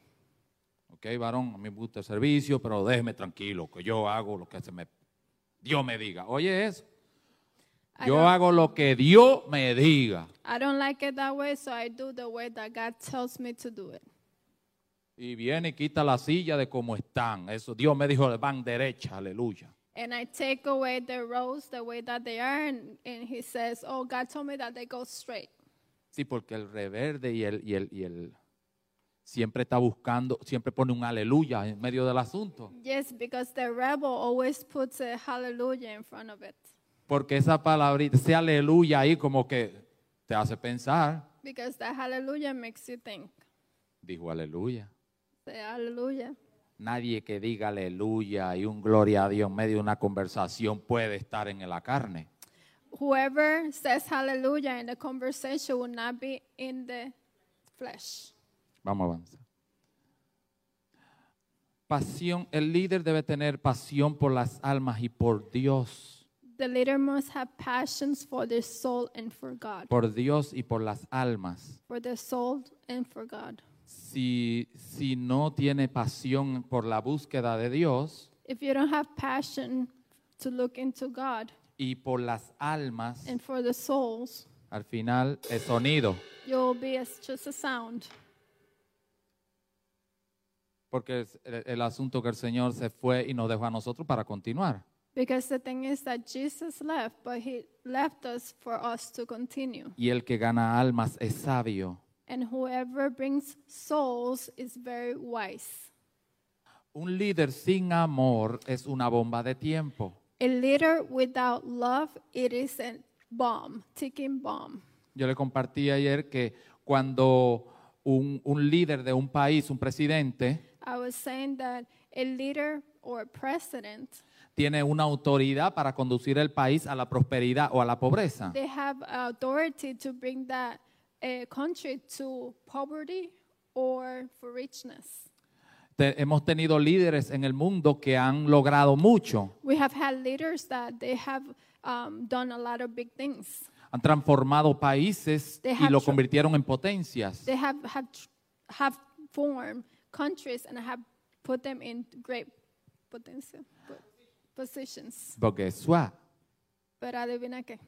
S2: Ok, varón, a mí me gusta el servicio, pero déjeme tranquilo, que yo hago lo que se me Dios me diga. Oye eso.
S3: I
S2: Yo
S3: don't-
S2: hago lo que Dios me diga.
S3: I don't like it that way, so I do the way that God tells me to do it.
S2: Y viene y quita la silla de como están. Eso Dios me dijo, van derecha, aleluya.
S3: And I take away the rows the way that they are, and, and He says, Oh, God told me that they go straight.
S2: Sí, porque el reverde y el, y el, y el siempre está buscando, siempre pone un aleluya en medio del asunto.
S3: Yes, because the rebel always puts a hallelujah in front of it.
S2: Porque esa palabrita, ese aleluya ahí como que te hace pensar.
S3: Because the hallelujah makes you think.
S2: Dijo aleluya.
S3: Say hallelujah.
S2: Nadie que diga aleluya y un gloria a Dios en medio de una conversación puede estar en la carne.
S3: Whoever says hallelujah in the conversation will not be in the flesh.
S2: Vamos a avanzar. Pasión, el líder debe tener pasión por las almas y por Dios.
S3: The leader must have passions for their soul and for God.
S2: Por Dios y por las almas.
S3: For their soul and for God.
S2: Si, si no tiene pasión por la búsqueda de Dios
S3: If you don't have passion to look into God
S2: y por las almas,
S3: and for the souls,
S2: al final es sonido.
S3: you'll be as just a sound.
S2: Porque es el, el asunto que el Señor se fue y nos dejó a nosotros para continuar.
S3: Because the thing is that Jesus left, but he left us for us to continue.
S2: Y el que gana almas es sabio.
S3: And whoever brings souls is very wise.
S2: Un líder sin amor es una bomba de tiempo.
S3: A leader without love, it is a bomb, ticking bomb.
S2: Yo le compartí ayer que cuando un, un líder de un país, un presidente,
S3: I was saying that a leader or a president,
S2: tiene una autoridad para conducir el país a la prosperidad o a la pobreza.
S3: they have authority to bring that uh, country to poverty or for richness.
S2: Te- hemos tenido líderes en el mundo que han logrado mucho,
S3: We have had leaders that they have um, done a lot of big things.
S2: han transformado países
S3: They
S2: y
S3: have
S2: lo
S3: tr-
S2: convirtieron en potencias.
S3: They have have have formed countries and have put them in great potential po- positions.
S2: Porque suá,
S3: Pero adivina qué.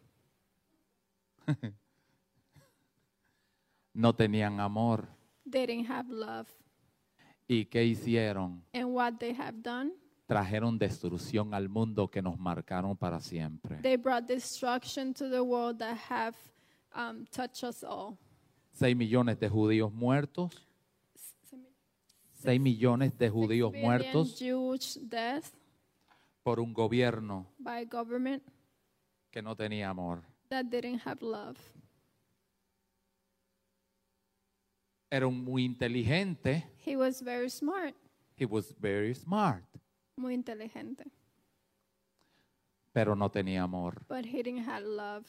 S2: no tenían amor.
S3: They didn't have love.
S2: ¿Y qué hicieron?
S3: And what they have done,
S2: Trajeron destrucción al mundo que nos marcaron para siempre.
S3: they brought destruction to the world that have um, touched us all.
S2: Seis millones de judíos muertos. Seis millones de judíos
S3: Billion
S2: muertos
S3: Jewish death
S2: por un gobierno
S3: by government
S2: que no tenía amor.
S3: that didn't have love.
S2: Era un muy inteligente.
S3: He was very smart,
S2: He was very smart,
S3: muy inteligente,
S2: pero no tenía amor.
S3: but he didn't have love.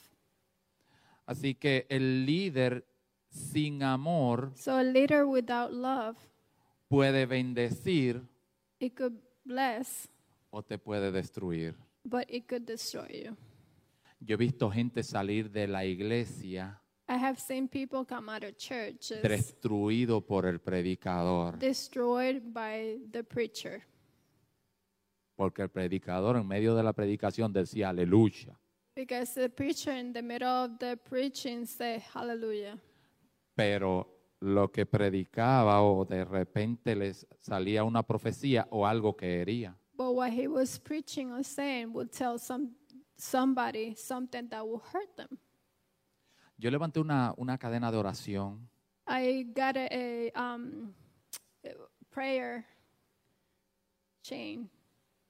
S2: Así que el líder sin amor
S3: So a leader without love,
S2: puede bendecir
S3: it could bless,
S2: o te puede destruir.
S3: but it could destroy you.
S2: Yo he visto gente salir de la iglesia
S3: I have seen people come out of churches
S2: destruido por el predicador,
S3: destroyed by the preacher.
S2: porque el predicador en medio de la predicación decía aleluya.
S3: Because the preacher in the middle of the preaching said hallelujah.
S2: pero lo que predicaba o de repente les salía una profecía o algo que hería.
S3: But what he was preaching or saying would tell some somebody something that will hurt them.
S2: Yo levanté una, una cadena de oración
S3: I got a, a um, prayer chain.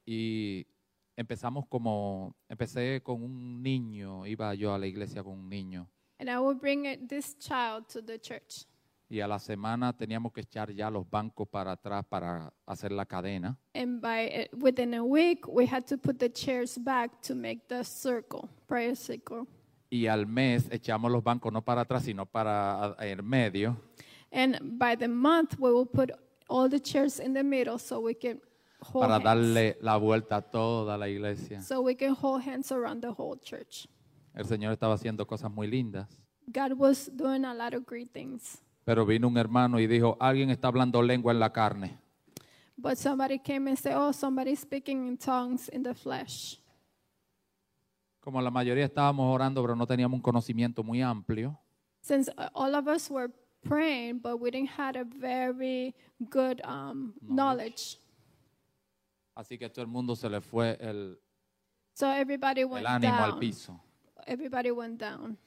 S2: y empezamos como, empecé con un niño, iba yo a la iglesia con un niño
S3: And I will bring it, this child to the church.
S2: y a la semana teníamos que echar ya los bancos para atrás para hacer la cadena
S3: And by uh, within a week, we had to put the chairs back to make the circle, prayer circle.
S2: y al mes echamos los bancos no para atrás sino para el medio
S3: And by the month, we will put all the chairs in the middle so we can hold
S2: para
S3: hands.
S2: darle la vuelta a toda la iglesia.
S3: So we can hold hands around the whole church.
S2: El Señor estaba haciendo cosas muy lindas.
S3: God was doing a lot of great things.
S2: Pero vino un hermano y dijo, alguien está hablando lengua en la carne.
S3: But somebody came and said, Oh, somebody's speaking in tongues in the flesh.
S2: Como la mayoría estábamos orando, pero no teníamos un conocimiento muy amplio,
S3: Since uh, all of us were praying, but we didn't had a very good um, knowledge.
S2: así que a todo el mundo se le fue el,
S3: So everybody
S2: el
S3: went
S2: ánimo al
S3: down.
S2: piso.
S3: Everybody went down.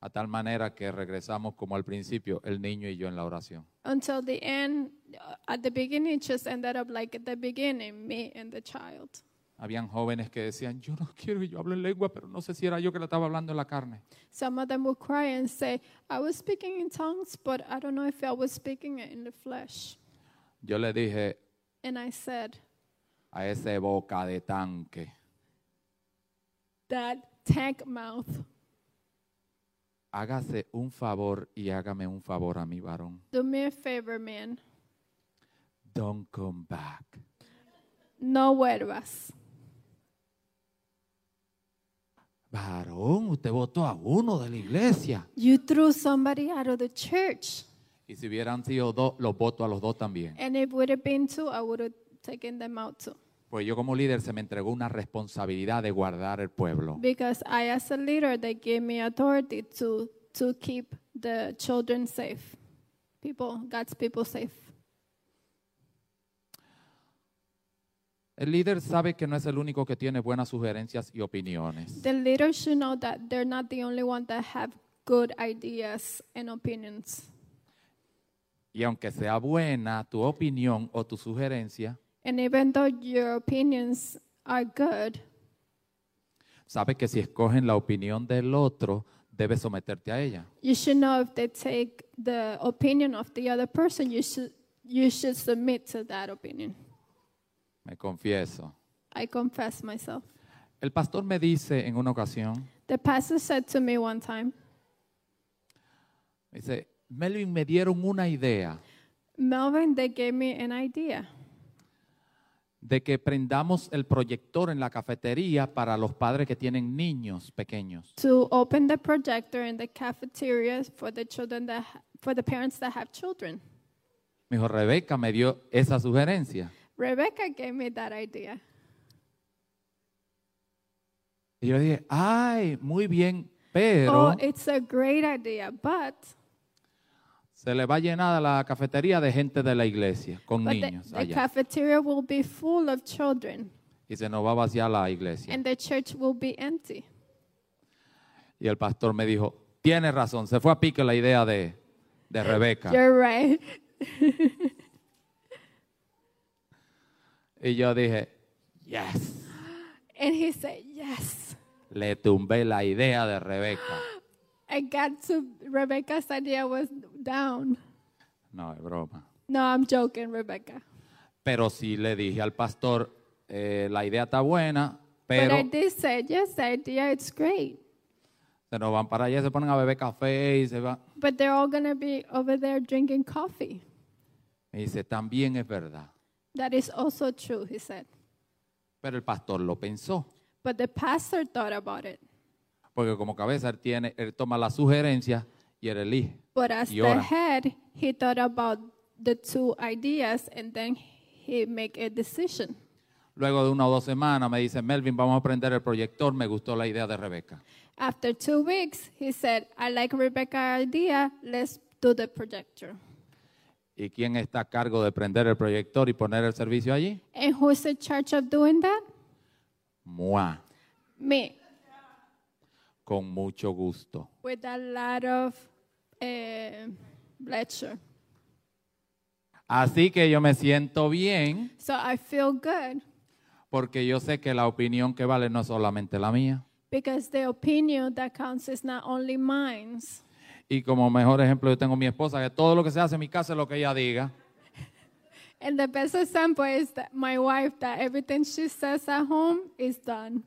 S2: A tal manera que regresamos como al principio, el niño y yo en la oración.
S3: Until the end, uh, at the beginning, it just ended up like at the beginning, me and the child.
S2: Habían jóvenes que decían, yo no quiero que yo hable en lengua, pero no sé si era yo que la estaba hablando en la carne.
S3: Some of them would cry and say, I was speaking in tongues, but I don't know if I was speaking it in the flesh.
S2: Yo le dije
S3: And I said,
S2: a ese boca de tanque,
S3: That tank mouth,
S2: hágase un favor y hágame un favor a mi varón.
S3: do me a favor, man.
S2: Don't come back.
S3: No vuelvas.
S2: Varón, usted votó a uno de la iglesia.
S3: You threw somebody out of the church.
S2: Y si hubieran sido dos, los voto a los dos también.
S3: And it would have been two, I would have taken them out too.
S2: Pues yo como líder se me entregó una responsabilidad de guardar el pueblo.
S3: Because I, as a leader, they gave me authority to, to keep the children safe, people, God's people safe.
S2: El líder sabe que no es el único que tiene buenas sugerencias y opiniones.
S3: The leader should know that they're not the only one that have good ideas and opinions.
S2: Y aunque sea buena tu opinión o tu sugerencia,
S3: And even though your opinions are good,
S2: sabe que si escogen la opinión del otro, debes someterte a ella.
S3: you should know if they take the opinion of the other person, you should you should submit to that opinion.
S2: Me confieso.
S3: I confess myself.
S2: El pastor me dice en una ocasión,
S3: The pastor said to me one time,
S2: me dice, Melvin, me dieron una idea
S3: Melvin, they gave me an idea
S2: de que prendamos el proyector en la cafetería para los padres que tienen niños pequeños.
S3: to open the projector in the cafeteria for the children that ha- for the parents that have children.
S2: Me dijo, Rebeca me dio esa sugerencia.
S3: Rebecca gave me that idea.
S2: Y yo dije, ay, muy bien, pero
S3: oh, it's a great idea, but
S2: se le va llenada la cafetería de gente de la iglesia, con
S3: but the,
S2: niños
S3: the
S2: allá.
S3: cafeteria will be full of children
S2: y se nos va a vaciar la iglesia.
S3: and the church will be empty.
S2: y el pastor me dijo, tienes razón, se fue a pique la idea de, de Rebeca.
S3: You're right. (laughs)
S2: Y yo dije, yes.
S3: And he said, Yes.
S2: Le tumbé la idea de Rebeca.
S3: I got to Rebecca's idea was down.
S2: No, es broma.
S3: No, I'm joking, Rebecca.
S2: Pero sí le dije al pastor, eh, la idea está buena, pero
S3: but I did say, Yes, the idea it's great.
S2: se nos van para allá, se ponen a beber café y se van.
S3: But they're all gonna be over there drinking coffee.
S2: Me dice, también es verdad.
S3: That is also true, he said.
S2: Pero el pastor lo pensó.
S3: But the pastor thought about it.
S2: Porque como cabeza él, tiene, él toma las sugerencias y él elige.
S3: But as
S2: Y
S3: the
S2: ora.
S3: head, he thought about the two ideas and then he make a decision.
S2: Luego de una o dos semanas me dice, Melvin, vamos a prender el proyector, me gustó la idea de Rebeca.
S3: After two weeks, he said, I like Rebecca's idea, let's do the projector.
S2: ¿Y quién está a cargo de prender el proyector y poner el servicio allí?
S3: And who's in charge of doing that?
S2: Mua,
S3: Me,
S2: con mucho gusto.
S3: with a lot of eh, lecture.
S2: Así que yo me siento bien
S3: So I feel good
S2: porque yo sé que la opinión que vale no es solamente la mía.
S3: because the opinion that counts is not only mine.
S2: Y como mejor ejemplo yo tengo mi esposa, que todo lo que se hace en mi casa es lo que ella diga.
S3: And the best example is that my wife, that everything she says at home is done.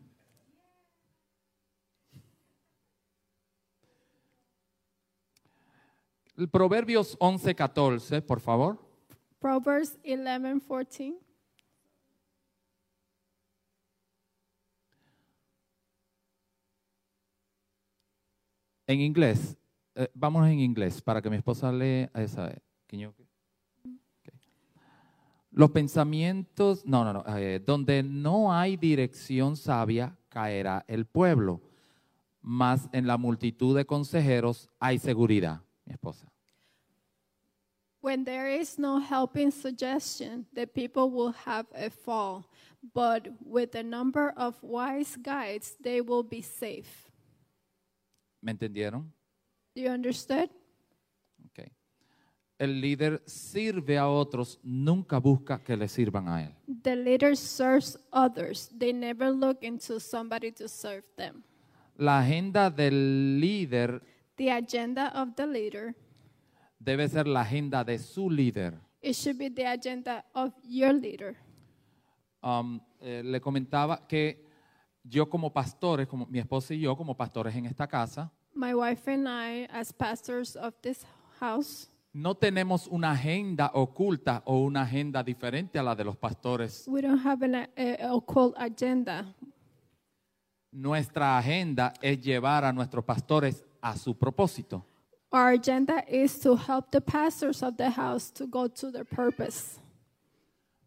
S2: El Proverbios 11:14, por favor.
S3: Proverbs 11, 14.
S2: En inglés. Eh, vamos en inglés para que mi esposa lea esa. Can you- okay. Los pensamientos, no, no, no, eh, donde no hay dirección sabia, caerá el pueblo. Mas en la multitud de consejeros hay seguridad, mi esposa.
S3: When there is no helping suggestion, the people will have a fall, but with a number of wise guides, they will be safe.
S2: ¿Me entendieron?
S3: Do you understood?
S2: Ok. El líder sirve a otros, nunca busca que le sirvan a él.
S3: The leader serves others. They never look into somebody to serve them.
S2: La agenda del líder
S3: The agenda of the leader,
S2: debe ser la agenda de su líder.
S3: it should be the agenda of your leader.
S2: Um, eh, le comentaba que yo como pastores, como mi esposa y yo como pastores en esta casa,
S3: My wife and I, as pastors of this house,
S2: no tenemos una agenda oculta o una agenda diferente a la de los pastores.
S3: we don't have an uh, uh, occult agenda.
S2: Nuestra agenda es llevar a nuestros pastores a su propósito.
S3: Our agenda is to help the pastors of the house to go to their purpose.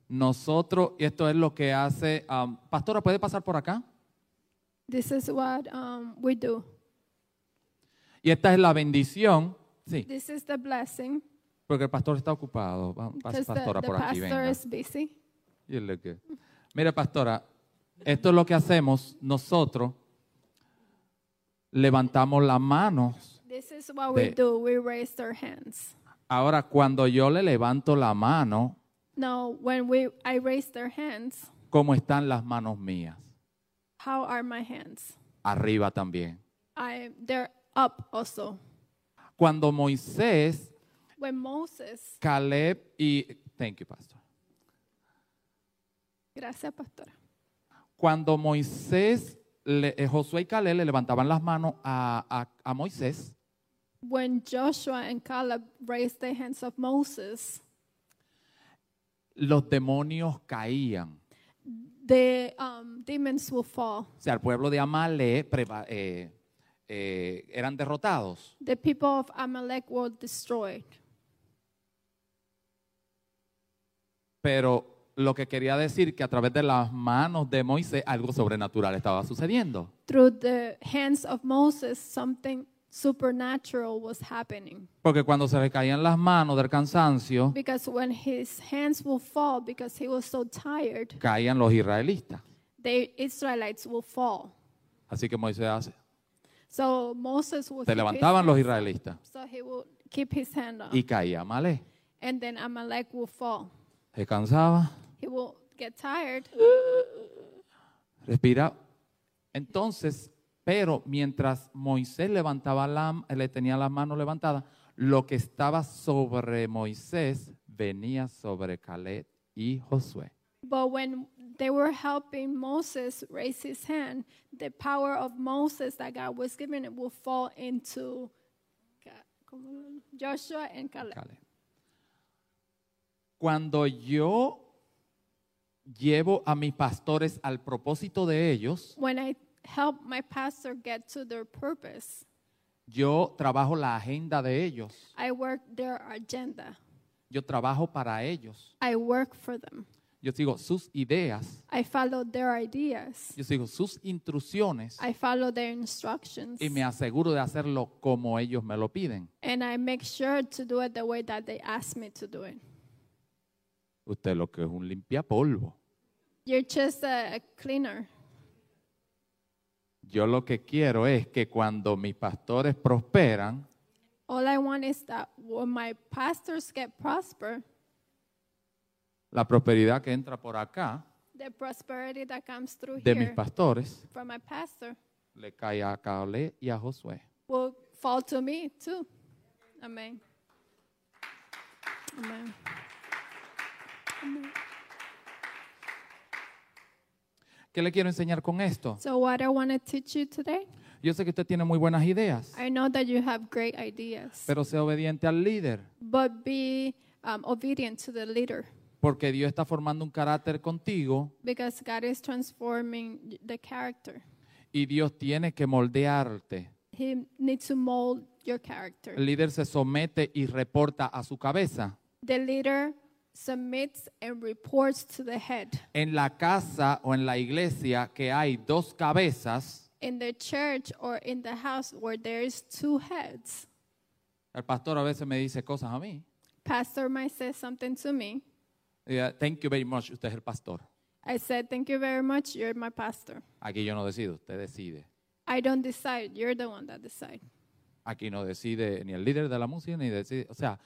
S2: Nosotros, y esto es lo que hace, um, pastora, ¿puede pasar por acá?
S3: This is what um, we do.
S2: Y esta es la bendición, sí,
S3: This is the blessing
S2: porque el pastor está ocupado. Va- pas-
S3: because the,
S2: pastora,
S3: the
S2: por aquí,
S3: pastor
S2: venga.
S3: is busy.
S2: Y es lo que- Mira, pastora, esto es lo que hacemos nosotros. Levantamos las manos.
S3: This is what we
S2: De-
S3: do. We raise our hands.
S2: Ahora, cuando yo le levanto la mano,
S3: Now, when we I raise their hands,
S2: ¿cómo están las manos mías?
S3: how are my hands?
S2: Arriba también.
S3: I they're up also.
S2: Cuando Moisés,
S3: When Moses,
S2: Caleb y... Thank you, pastor.
S3: gracias, pastora.
S2: Cuando Moisés, le- eh, Josué y Caleb le levantaban las manos a- a- a Moisés,
S3: When Joshua and Caleb raised the hands of Moses,
S2: los demonios caían.
S3: the um, demons will fall.
S2: O sea, el pueblo de Amalek preva- eh, eh, eran derrotados.
S3: The people of Amalek were destroyed.
S2: Pero lo que quería decir que a través de las manos de Moisés algo sobrenatural estaba sucediendo.
S3: Through the hands of Moses, something supernatural was happening.
S2: Porque cuando se le caían las manos del cansancio,
S3: Because when his hands will fall, because he was so tired,
S2: caían los israelitas.
S3: the Israelites will fall.
S2: Así que Moisés hace,
S3: So Moses will
S2: se
S3: keep his
S2: levantaban los
S3: hands up,
S2: israelitas
S3: So he will keep his hand up,
S2: y caía Amalek.
S3: and then Amalek will fall.
S2: Se cansaba,
S3: He will get tired.
S2: respira. Entonces, pero mientras Moisés levantaba la, le tenía las manos levantadas, lo que estaba sobre Moisés venía sobre Caleb y Josué.
S3: But when they were helping Moses raise his hand, the power of Moses that God was giving it will fall into Ca- ¿cómo? Joshua and Caleb.
S2: Caleb. Cuando yo llevo a mis pastores al propósito de ellos,
S3: When I help my pastor get to their purpose,
S2: yo trabajo la agenda de ellos,
S3: I work their agenda.
S2: yo trabajo para ellos,
S3: I work for them.
S2: yo sigo sus ideas,
S3: I follow their ideas.
S2: yo sigo sus instrucciones
S3: I follow their instructions.
S2: y me aseguro de hacerlo como ellos me lo piden.
S3: And I make sure to do it the way that they ask me to do it.
S2: Usted lo que es un limpiapolvo.
S3: You're just a, a cleaner.
S2: Yo lo que quiero es que cuando mis pastores prosperan,
S3: All I want is that when my pastors get prosper,
S2: la prosperidad que entra por acá
S3: the prosperity that comes through
S2: de mis
S3: here
S2: pastores
S3: from my pastor
S2: le cae a Caleb y a Josué.
S3: will fall to me too. Amen. Amen.
S2: ¿Qué le quiero enseñar con esto?
S3: So what I want to teach you today,
S2: Yo sé que usted tiene muy buenas ideas,
S3: I know that you have great ideas,
S2: pero sea obediente al líder,
S3: but be um, obedient to the leader
S2: porque Dios está formando un carácter contigo
S3: because God is transforming the character.
S2: y Dios tiene que moldearte.
S3: He needs to mold your character.
S2: El líder se somete y reporta a su cabeza,
S3: The leader submits and reports to the head.
S2: En la casa o en la iglesia que hay dos cabezas,
S3: In the church or in the house where there is two heads,
S2: el pastor a veces me dice cosas a mí.
S3: pastor might say something to me.
S2: Y, eh, Thank you very much, usted es el pastor.
S3: I said, "Thank you very much. You're my pastor.
S2: Aquí yo no decido, usted decide.
S3: I don't decide. You're the one that decide."
S2: Aquí no decide ni el líder de la música, ni decide, o sea,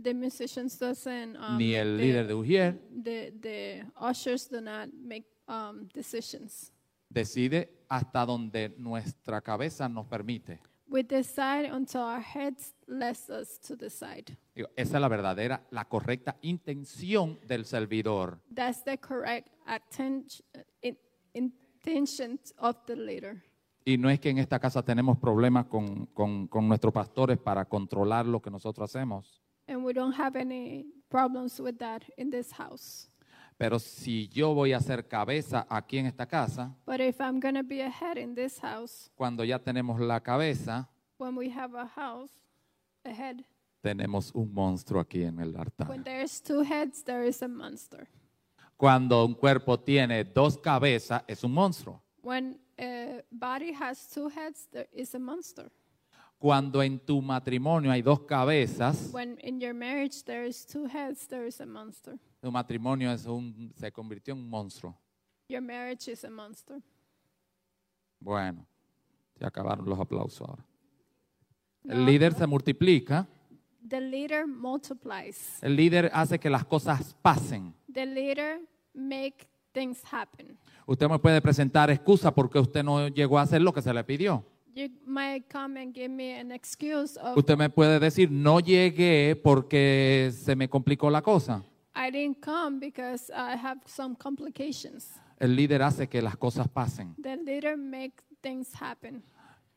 S3: The musicians doesn't. Um,
S2: ni
S3: make
S2: el
S3: the-
S2: líder de Ujier
S3: the the ushers do not make um, decisions.
S2: decide hasta donde nuestra cabeza nos permite.
S3: We decide until our heads lets us to decide.
S2: Digo, esa es la verdadera, la correcta intención del servidor.
S3: That's the correct atten- in- intention of the leader.
S2: Y no es que en esta casa tenemos problemas con, con- con nuestros pastores para controlar lo que nosotros hacemos,
S3: And we don't have any problems with that in this house.
S2: pero si yo voy a ser cabeza aquí en esta casa,
S3: But if I'm going to be a head in this house,
S2: cuando ya tenemos la cabeza,
S3: when we have a house, a head,
S2: tenemos un monstruo aquí en el
S3: when
S2: altar.
S3: there's two heads, there is a monster.
S2: Cuando un cuerpo tiene dos cabezas, es un monstruo.
S3: When a body has two heads, there is a monster.
S2: Cuando en tu matrimonio hay dos cabezas,
S3: When in your marriage there is two heads, there is a monster.
S2: tu matrimonio es un, se convirtió en un monstruo.
S3: Your marriage is a monster.
S2: Bueno, se acabaron los aplausos ahora. El líder se multiplica,
S3: The leader multiplies.
S2: el líder hace que las cosas pasen.
S3: The leader make things happen.
S2: Usted me puede presentar excusa porque usted no llegó a hacer lo que se le pidió.
S3: You might come and give me an excuse of
S2: Usted me puede decir, no llegué porque se me complicó la cosa.
S3: I didn't come because I have some complications.
S2: El líder hace que las cosas pasen.
S3: The leader make things happen.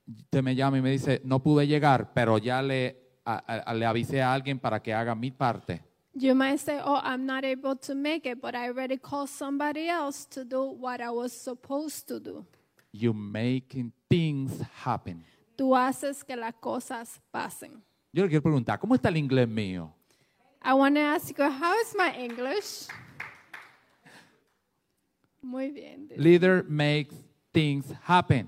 S2: Usted me llama y me dice, no pude llegar, pero ya le, a- a- le avisé a alguien para que haga mi parte.
S3: You might say, "Oh, I'm not able to make it, but I already called somebody else to do what I was supposed to do."
S2: You making things happen.
S3: Tú haces que las cosas pasen.
S2: Yo le quiero preguntar, ¿cómo está el inglés mío?
S3: I want to ask you, how is my English? Muy bien. dice.
S2: Leader makes things happen.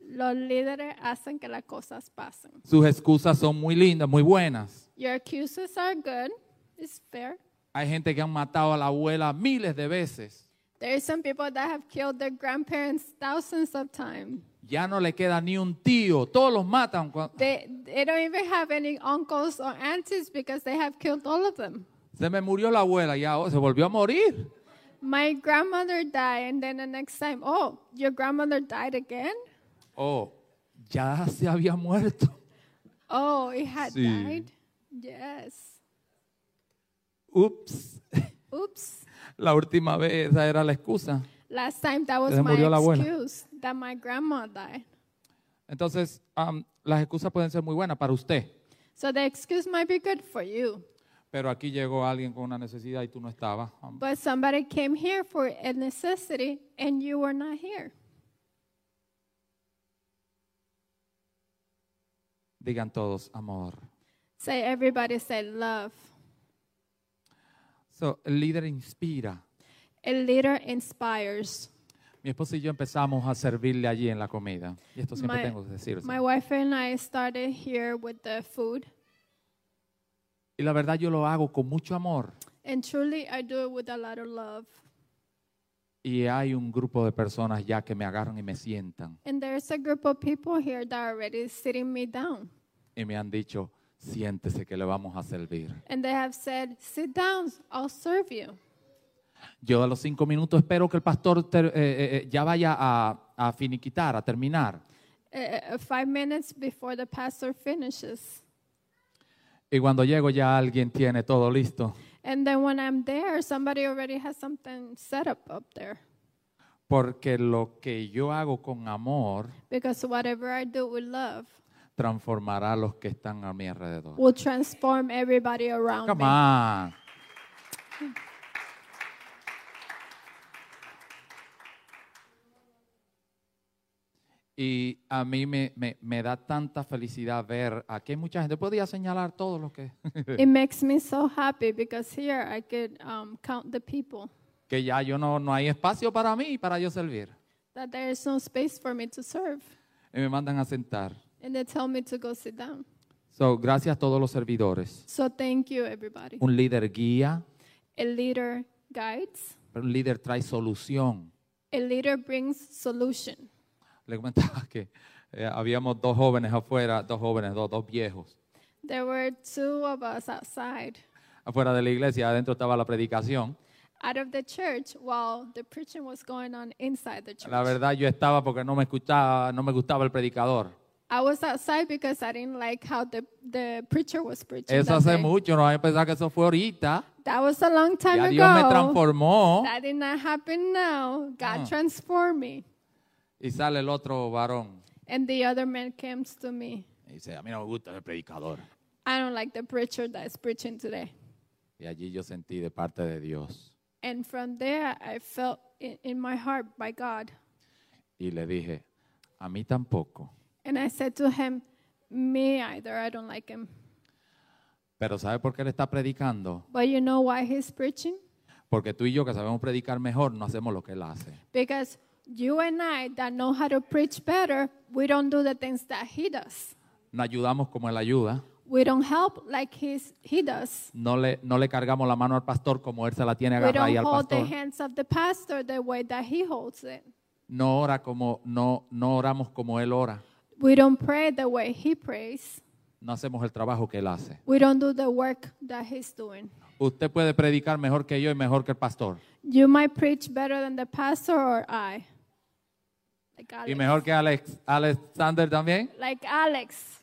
S3: Los líderes hacen que las cosas pasen.
S2: Sus excusas son muy lindas, muy buenas.
S3: Your excuses are good. It's fair.
S2: Hay gente que han matado a la abuela miles de veces.
S3: There are some people that have killed their grandparents thousands of times.
S2: Ya no le queda ni un tío. Todos los matan. cua-
S3: They, they don't even have any uncles or aunties because they have killed all of them.
S2: Se me murió la abuela, ya oh, se volvió a morir.
S3: My grandmother died, and then the next time, oh, your grandmother died again?
S2: Oh, ya se había muerto.
S3: Oh, it had
S2: Sí.
S3: died? Yes.
S2: Ups,
S3: Oops.
S2: la última vez esa era la excusa.
S3: Last time that was
S2: Se
S3: my
S2: murió la abuela.
S3: excuse that my grandma died.
S2: Entonces, am, las excusas pueden ser muy buenas para usted,
S3: So the excuse might be good for you,
S2: pero aquí llegó alguien con una necesidad y tú no estabas. Am,
S3: but somebody came here for a necessity and you were not here.
S2: Digan todos, amor.
S3: Say everybody said love.
S2: So, el líder inspira.
S3: A leader inspires.
S2: Mi esposa y yo empezamos a servirle allí en la comida. Y esto siempre
S3: My-
S2: tengo que decir.
S3: My wife and I started here with the food,
S2: Y la verdad yo lo hago con mucho amor.
S3: and truly I do it with a lot of love.
S2: Y hay un grupo de personas ya que me agarran y me sientan.
S3: And there's a group of people here that are already sitting me down,
S2: Y me han dicho, siéntese que le vamos a servir.
S3: and they have said, "Sit down, I'll serve you."
S2: Yo a los cinco minutos espero que el pastor ter- eh, eh, eh, ya vaya a, a finiquitar, a terminar.
S3: uh, uh, five minutes before the pastor finishes.
S2: Y cuando llego ya alguien tiene todo listo.
S3: And then when I'm there, somebody already has something set up up there.
S2: Porque lo que yo hago con amor
S3: Because whatever I do with love
S2: transformará a los que están a mi alrededor.
S3: will transform everybody around
S2: Come
S3: me.
S2: on. Y a mí me, me- me da tanta felicidad ver aquí hay mucha gente. Podía señalar todos los que, (laughs)
S3: It makes me so happy because here I could um, count the people,
S2: que ya yo no, no hay espacio para mí y para yo servir.
S3: that there is no space for me to serve.
S2: Y me mandan a sentar.
S3: And they tell me to go sit down.
S2: So, gracias a todos los servidores.
S3: So thank you, everybody.
S2: Un líder guía,
S3: A leader guides,
S2: pero un líder trae solución.
S3: a leader brings solution.
S2: Le comentaba (laughs) que eh, habíamos dos jóvenes afuera, dos jóvenes, dos, dos viejos,
S3: There were two of us outside,
S2: afuera de la iglesia, adentro estaba la predicación.
S3: out of the church, while the preaching was going on inside the church.
S2: La verdad yo estaba porque no me escuchaba, no me gustaba el predicador.
S3: I was outside because I didn't like how the, the preacher was preaching.
S2: Eso
S3: that,
S2: hace
S3: day.
S2: mucho, no hay que pensar que eso fue ahorita.
S3: That was a long time
S2: Ya
S3: ago.
S2: Dios me transformó Ah.
S3: That did not happen now. God transformed me.
S2: y sale el otro varón.
S3: And the other man comes to me.
S2: Y dice, a mí no me gusta el predicador.
S3: I don't like the preacher that is preaching today.
S2: Y allí yo sentí de parte de Dios.
S3: And from there, I felt in, in my heart by God.
S2: Y le dije, a mí tampoco.
S3: And I said to him, Me either. I don't like him.
S2: Pero ¿sabe por qué él está predicando?
S3: But you know why he's preaching?
S2: Porque tú y yo que sabemos predicar mejor, no hacemos lo que él hace.
S3: Because you and I that know how to preach better, we don't do the things that he does.
S2: No ayudamos como él ayuda.
S3: We don't help like he's, he does.
S2: No le, no le cargamos la mano al pastor como él se la tiene
S3: We
S2: agarrada ahí
S3: don't
S2: al
S3: hold the
S2: pastor.
S3: hands of the pastor the way that he holds it.
S2: No, ora como, no, no oramos como él ora.
S3: We don't pray the way he prays.
S2: No hacemos el trabajo que él hace.
S3: We don't do the work that he's doing.
S2: Usted puede predicar mejor que yo y mejor que el pastor.
S3: You might preach better than the pastor or I. Like
S2: Y
S3: Alex.
S2: mejor que Alex, Alexander también.
S3: Like Alex.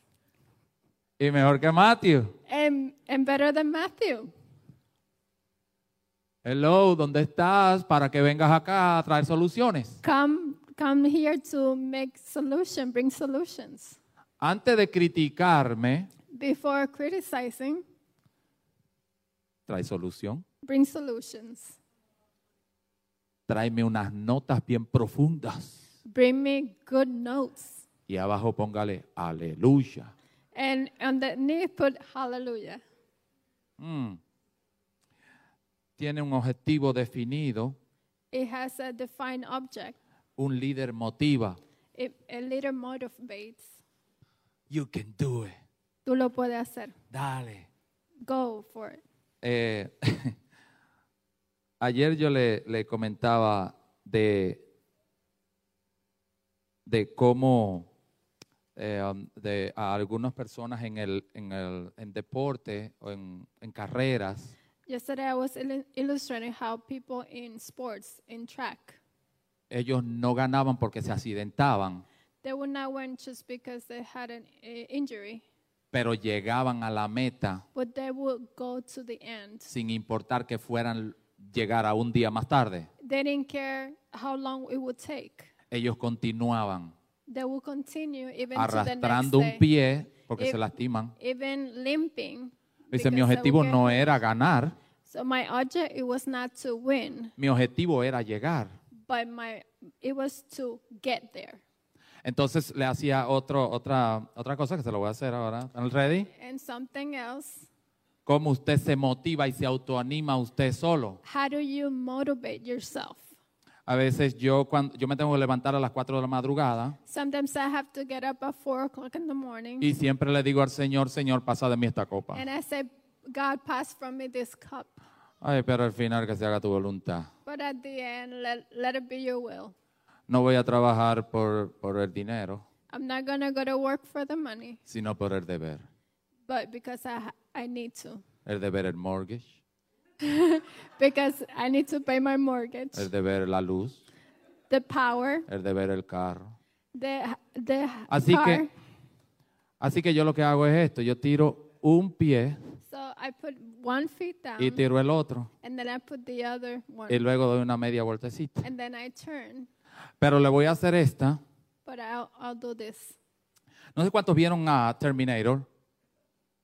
S2: Y mejor que Matthew.
S3: And, and better than Matthew.
S2: Hello, ¿dónde estás? Para que vengas acá a traer soluciones.
S3: Come, come here to make solution, bring solutions.
S2: Antes de criticarme,
S3: Before criticizing,
S2: trae solución.
S3: bring solutions.
S2: Tráeme unas notas bien profundas.
S3: Bring me good notes.
S2: Y abajo póngale aleluya.
S3: And underneath put hallelujah.
S2: Mm. Tiene un objetivo definido.
S3: It has a defined object.
S2: Un líder motiva.
S3: It, a little motivates.
S2: You can do it.
S3: Tú lo puedes hacer.
S2: Dale.
S3: Go for it.
S2: Eh, (laughs) ayer yo le, le comentaba de, de cómo eh, um, de, a algunas personas en, el, en, el, en deporte o en, en carreras
S3: Yesterday I was illu- illustrating how people in sports, in track,
S2: ellos no ganaban porque se accidentaban,
S3: they would not win just because they had an uh, injury,
S2: pero llegaban a la meta
S3: but they would go to the end.
S2: sin importar que fueran llegar a un día más tarde.
S3: They didn't care how long it would take.
S2: Ellos continuaban
S3: They would continue even to the next
S2: arrastrando un
S3: day,
S2: pie porque se
S3: Eh,
S2: lastiman.
S3: even limping.
S2: Dice, mi
S3: because they
S2: objetivo
S3: would get
S2: no
S3: hurt."
S2: era ganar,
S3: So my object it was not to win,
S2: mi objetivo era llegar.
S3: but my it was to get there.
S2: Entonces le hacía otro, otra, otra cosa que se lo voy a hacer ahora. ¿Están ready?
S3: And something else,
S2: ¿Cómo usted se motiva y se autoanima usted solo?
S3: how do you motivate yourself?
S2: A veces yo, cuando, yo me tengo que levantar a las 4 de la madrugada
S3: Sometimes I have to get up at four o'clock in the morning,
S2: y siempre le digo al Señor, Señor, pasa de mí esta copa.
S3: and I say, "God, pass from me this cup."
S2: Ay, pero al final que se haga tu voluntad.
S3: But at the end, let, let it be Your will.
S2: No voy a trabajar por, por el dinero,
S3: I'm not gonna go to work for the money,
S2: sino por el deber.
S3: but because I ha- I need to,
S2: El deber, el mortgage,
S3: because I need to pay my mortgage,
S2: el deber, la luz,
S3: the power,
S2: el deber, el carro.
S3: the the
S2: Así
S3: car.
S2: que, así que yo lo que hago es esto, yo tiro un pie
S3: So I put one feet down,
S2: y tiro el otro
S3: and then I put the other one,
S2: y luego doy una media vueltecita.
S3: and then I turn.
S2: Pero le voy a hacer esta.
S3: But I'll I'll do this.
S2: No sé cuántos vieron a Terminator.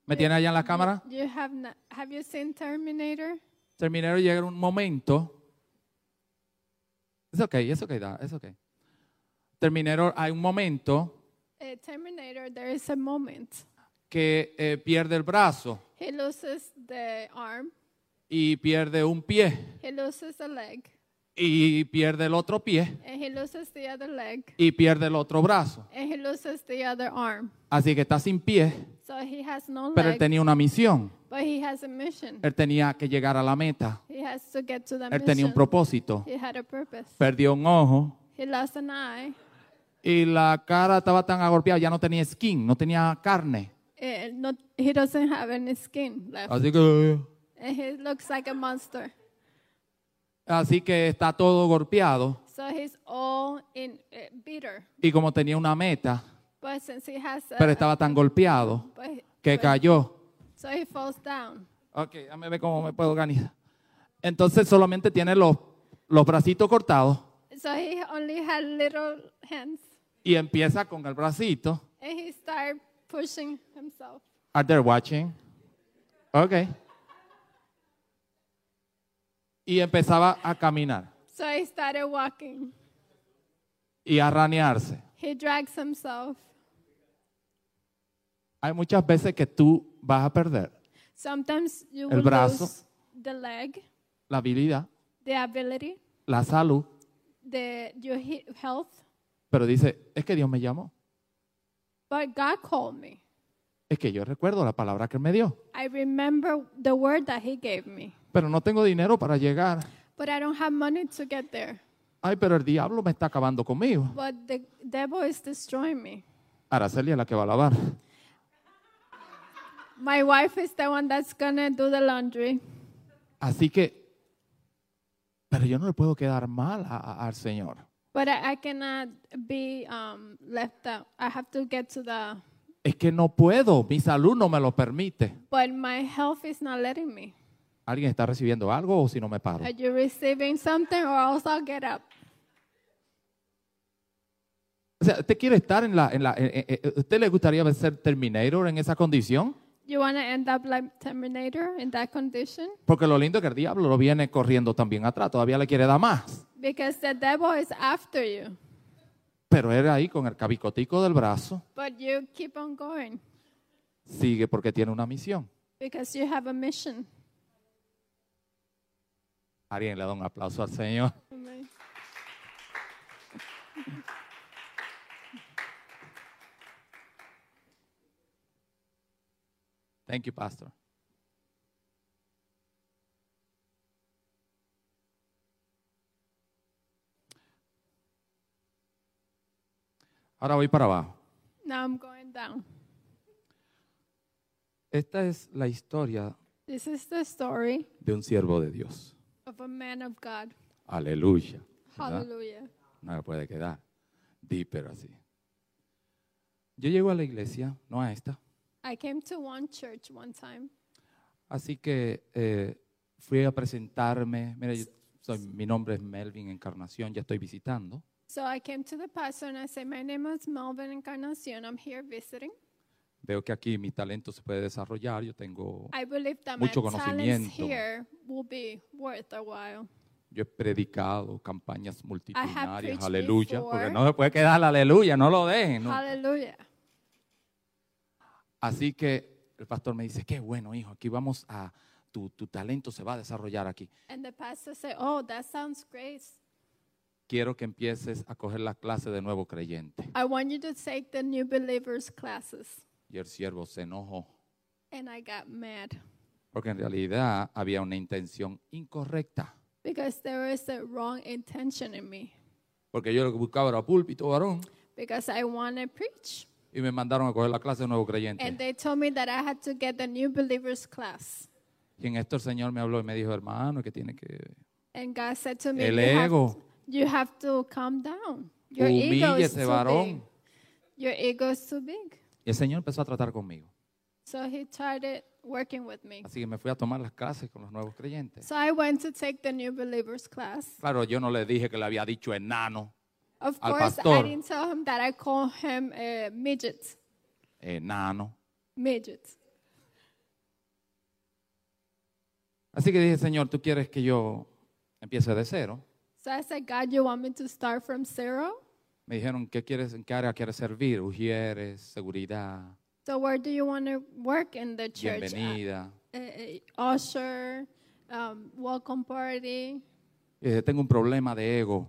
S2: ¿Me tiene allá en la cámara?
S3: You have not, have you seen Terminator?
S2: Terminator llega un momento. Es ok, es ok, da, es ok. Terminator, hay un momento
S3: A Terminator, there is a moment.
S2: que eh, pierde el brazo
S3: He loses the arm,
S2: y pierde un pie
S3: he loses a leg,
S2: y pierde el otro pie
S3: and he loses the other leg,
S2: y pierde el otro brazo.
S3: and he loses the other arm.
S2: Así que está sin pie,
S3: So he has no
S2: pero él
S3: leg,
S2: tenía una misión.
S3: but he has a mission.
S2: Él tenía que llegar a la meta.
S3: He has to get to the
S2: Él tenía un
S3: mission.
S2: propósito.
S3: He had a purpose.
S2: Perdió un ojo
S3: He lost an eye,
S2: y la cara estaba tan agorpeada, ya no tenía skin, no tenía carne.
S3: and not, he doesn't have any skin left,
S2: Así que,
S3: and he looks like a monster.
S2: así que está todo golpeado.
S3: So he's all in uh, bitter.
S2: Y como tenía una meta,
S3: But since he has, a,
S2: pero estaba tan golpeado
S3: but,
S2: que
S3: but-
S2: cayó.
S3: so he falls down.
S2: Ok, déjame ver cómo me puedo organizar. Entonces solamente tiene los, los bracitos cortados
S3: So he only had little hands,
S2: y empieza con el bracito.
S3: and he started pushing himself.
S2: Are they watching? Ok. Y empezaba a caminar
S3: So he started walking.
S2: y a ranearse.
S3: He drags himself.
S2: Hay muchas veces que tú vas a perder
S3: Sometimes you
S2: El
S3: will
S2: brazo.
S3: lose the leg,
S2: la habilidad,
S3: the ability,
S2: la salud,
S3: the your he- health.
S2: pero dice, es que Dios me llamó.
S3: But God called me.
S2: Es que yo recuerdo la palabra que Él me dio,
S3: I remember the word that He gave me,
S2: pero no tengo dinero para llegar.
S3: but I don't have money to get there.
S2: Ay, pero el diablo me está acabando conmigo.
S3: But the devil is destroying me.
S2: Araceli es la que va a lavar.
S3: My wife is the one that's gonna do the laundry.
S2: Así que, pero yo no le puedo quedar mal a- a- al Señor.
S3: But I, I cannot be um, left out. I have to get to the.
S2: Es que no puedo, mi salud no me lo permite.
S3: But my health is not letting me.
S2: ¿Alguien está recibiendo algo o si no me paro?
S3: Are you receiving something, or else I'll get up?
S2: O sea, ¿usted quiere estar en la... En la eh, eh, eh, ¿Usted le gustaría ser Terminator en esa condición?
S3: You wanna end up like Terminator in that condition?
S2: Porque lo lindo es que el diablo lo viene corriendo también atrás, todavía le quiere dar más.
S3: Because the devil is after you,
S2: Pero él ahí con el cabicotico del brazo
S3: but you keep on going
S2: sigue porque tiene una misión.
S3: because you have a mission.
S2: Alguien le da un aplauso al Señor.
S3: Amen.
S2: Thank you, Pastor. Ahora voy para abajo.
S3: Now I'm going down.
S2: Esta es la historia
S3: This is the story
S2: de un siervo de Dios.
S3: of a man of God.
S2: Aleluya. ¿verdad?
S3: Hallelujah.
S2: No me puede quedar. Di, pero así. Yo llego a la iglesia, no a esta,
S3: I came to one church one time,
S2: así que eh, fui a presentarme. Mira, yo soy- mi nombre es Melvin Encarnación, ya estoy visitando.
S3: so I came to the pastor and I said, "My name is Melvin Encarnacion. I'm here visiting.
S2: Veo que aquí mi talento se puede desarrollar. Yo tengo,
S3: I believe that my
S2: Mucho
S3: talents
S2: conocimiento.
S3: here will be worth a while.
S2: yo he predicado campañas
S3: preached
S2: multitudinarias, aleluya, porque
S3: before.
S2: no se puede quedar la aleluya, no lo dejen. ¿no?
S3: Hallelujah."
S2: Así que el pastor me dice, qué bueno, hijo, aquí vamos a, tu, tu talento se va a desarrollar aquí.
S3: And the pastor said, "Oh, that sounds great.
S2: Quiero que empieces a coger la clase de nuevo creyente.
S3: I want you to take the new believers classes."
S2: Y el siervo se enojó,
S3: And I got mad
S2: porque en realidad había una intención incorrecta.
S3: because there was a wrong intention in me
S2: Porque yo lo que buscaba era púlpito varón
S3: because I want to preach.
S2: y me mandaron a coger la clase de nuevo creyente.
S3: And they told me that I had to get the new believers class.
S2: Y en esto el Señor me habló y me dijo, hermano, que tiene que
S3: And God said to me,
S2: El
S3: "You have-
S2: ego.
S3: you have, to calm down. Your ego is
S2: humíllese,
S3: too
S2: varón.
S3: big. Your ego is too big.
S2: Y el Señor empezó a tratar conmigo.
S3: So he started working with me.
S2: Así que me fui a tomar las clases con los nuevos creyentes.
S3: So I went to take the new believers class.
S2: Claro, yo no le dije que le había dicho enano,
S3: Of
S2: Al
S3: course,
S2: pastor.
S3: I didn't tell him that I call him a midget.
S2: enano.
S3: Midget.
S2: Así que dije, Señor, tú quieres que yo empiece de cero.
S3: So I said, God, you want me to start from zero?
S2: Me dijeron, ¿qué quieres, ¿en qué área quieres servir? Ujieres, seguridad,
S3: So where do you want to work in the church? ah.
S2: bienvenida.
S3: Uh, uh, usher, um, welcome party.
S2: Y dije, tengo un problema de ego.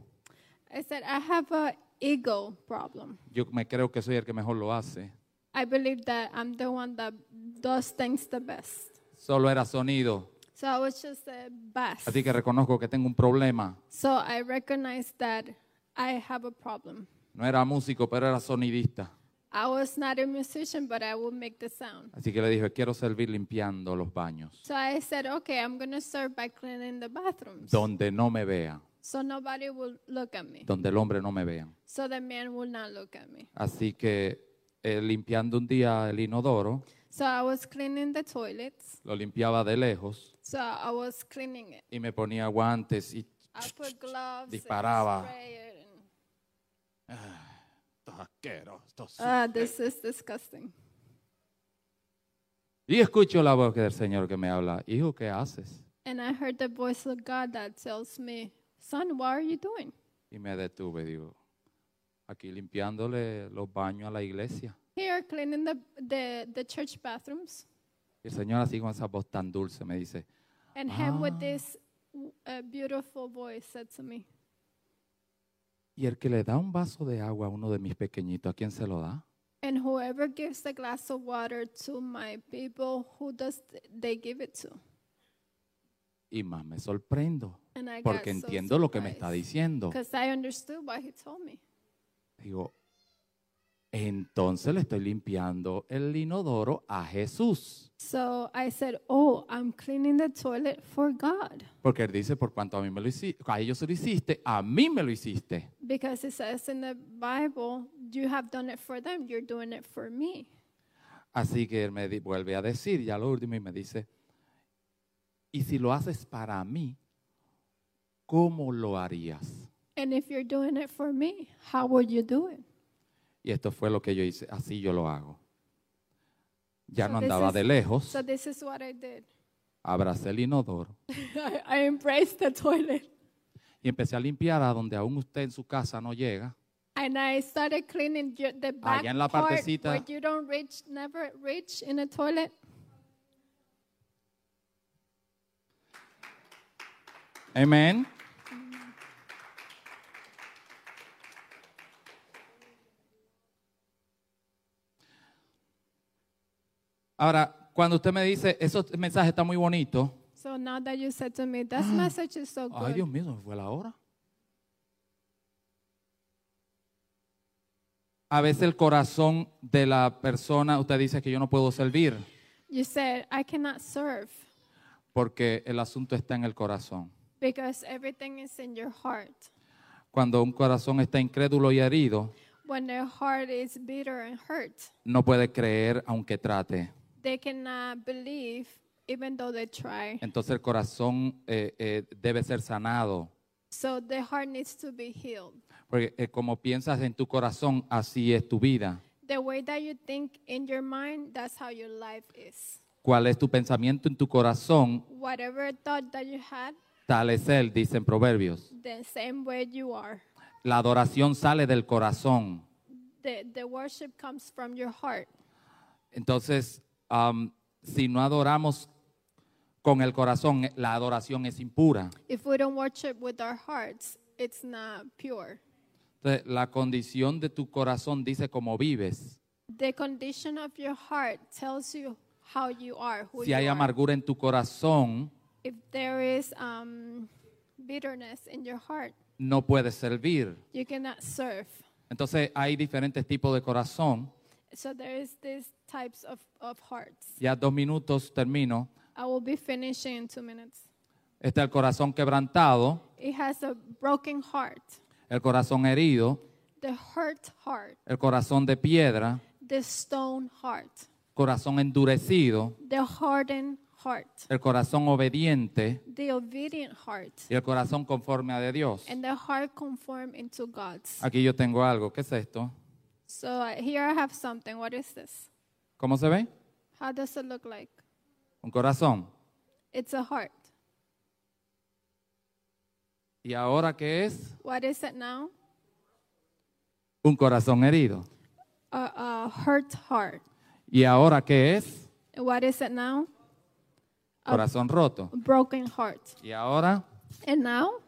S3: I said I have a ego problem.
S2: Yo me creo que soy el que mejor lo hace.
S3: I believe that I'm the one that does things the best.
S2: Solo era sonido.
S3: So I was just the best.
S2: Así que reconozco que tengo un problema.
S3: So I recognized that I have a problem.
S2: No era músico, pero era sonidista.
S3: I was not a musician, but I will make the sound.
S2: Así que le dije, quiero servir limpiando los baños,
S3: So I said, okay, I'm going to serve by cleaning the bathrooms.
S2: donde no me vean,
S3: So nobody will look at me.
S2: donde el hombre no me vea.
S3: So the man will not look at me.
S2: Así que eh, limpiando un día el inodoro,
S3: So I was cleaning the toilets.
S2: lo limpiaba de lejos
S3: So I was cleaning it.
S2: y me ponía guantes y
S3: I put gloves and
S2: Disparaba.
S3: spray it and-
S2: "Estos asqueros, estos sucios".
S3: Ah, this is disgusting.
S2: Y escucho la voz del Señor que me habla, hijo, ¿qué haces?
S3: And I heard the voice of God that tells me, son, what are you doing?
S2: Y me detuve, digo, aquí limpiándole los baños a la iglesia.
S3: Here, cleaning the, the, the church bathrooms.
S2: Y el Señor así con esa voz tan dulce me dice,
S3: And him
S2: Ah.
S3: with this uh, beautiful voice said to me,
S2: ¿y el que le da un vaso de agua a uno de mis pequeñitos, a quién se lo da?
S3: And whoever gives a glass of water to my people, who does th- they give it to?
S2: Y más me sorprendo,
S3: And I
S2: porque
S3: got
S2: entiendo lo que me está diciendo.
S3: Because I understood what he told me.
S2: Digo, entonces le estoy limpiando el inodoro a Jesús.
S3: So I said, "Oh, I'm cleaning the toilet for God."
S2: Porque él dice, por cuanto a mí me lo hiciste, a ellos se lo hiciste, a mí me lo hiciste.
S3: Because it says in the Bible, you have done it for them, you're doing it for me.
S2: Así que él me di- vuelve a decir, ya lo último, y me dice, y si lo haces para mí, ¿cómo lo harías?
S3: And if you're doing it for me, how would you do it?
S2: Y esto fue lo que yo hice, así yo lo hago. Ya
S3: So
S2: no
S3: this
S2: andaba
S3: is-
S2: de lejos,
S3: So this is what I did.
S2: abracé el inodoro
S3: I, I embraced the toilet
S2: y empecé a limpiar a donde aún usted en su casa no llega.
S3: and I started cleaning ju- the back
S2: en la
S3: part
S2: partecita.
S3: where you don't reach, never reach in a toilet.
S2: Amén. Ahora, cuando usted me dice, esos mensajes están muy bonitos.
S3: So now that you said to
S2: (gasps)
S3: me, this message is so
S2: Ay, Dios
S3: good.
S2: mío, se me fue la hora. A veces el corazón de la persona, usted dice que yo no puedo servir,
S3: You said, I cannot serve
S2: porque el asunto está en el corazón.
S3: because everything is in your heart.
S2: Cuando un corazón está incrédulo y herido,
S3: When their heart is bitter and hurt,
S2: no puede creer aunque trate.
S3: they cannot believe even though they try.
S2: Entonces el corazón eh, eh, debe ser sanado.
S3: So the heart needs to be healed.
S2: Porque eh, como piensas en tu corazón, así es tu vida.
S3: The way that you think in your mind, that's how your life is.
S2: ¿Cuál es tu pensamiento en tu corazón?
S3: Whatever thought that you had,
S2: Tal es él, dicen proverbios.
S3: the same way you are.
S2: La adoración sale del corazón.
S3: The, the worship comes from your heart.
S2: Entonces, am, si no adoramos con el corazón, eh, la adoración es impura.
S3: If we don't worship with our hearts, it's not pure.
S2: Entonces, la condición de tu corazón dice cómo vives.
S3: The condition of your heart tells you how you are, who
S2: Si
S3: you
S2: hay
S3: are.
S2: amargura en tu corazón,
S3: If there is um, bitterness in your heart,
S2: no puedes servir.
S3: you cannot serve.
S2: Entonces, hay diferentes tipos de corazón.
S3: So there is these types of, of hearts.
S2: Ya dos minutos termino.
S3: I will be finishing in two minutes.
S2: Está el corazón quebrantado,
S3: It has a broken heart,
S2: el corazón herido,
S3: the hurt heart,
S2: el corazón de piedra,
S3: the stone heart,
S2: corazón endurecido,
S3: the hardened heart,
S2: el corazón obediente
S3: the obedient heart,
S2: y el corazón conforme a de Dios.
S3: and the heart conformed into God's.
S2: Aquí yo tengo algo. ¿Qué es esto?
S3: So uh, here I have something. What is this?
S2: ¿Cómo se ve?
S3: How does it look like?
S2: Un corazón.
S3: It's a heart.
S2: ¿Y ahora qué es?
S3: What is it now?
S2: un corazón herido.
S3: a, a hurt heart.
S2: ¿Y ahora qué es?
S3: And What is it now?
S2: Corazón roto.
S3: A broken heart.
S2: ¿Y ahora?
S3: And now,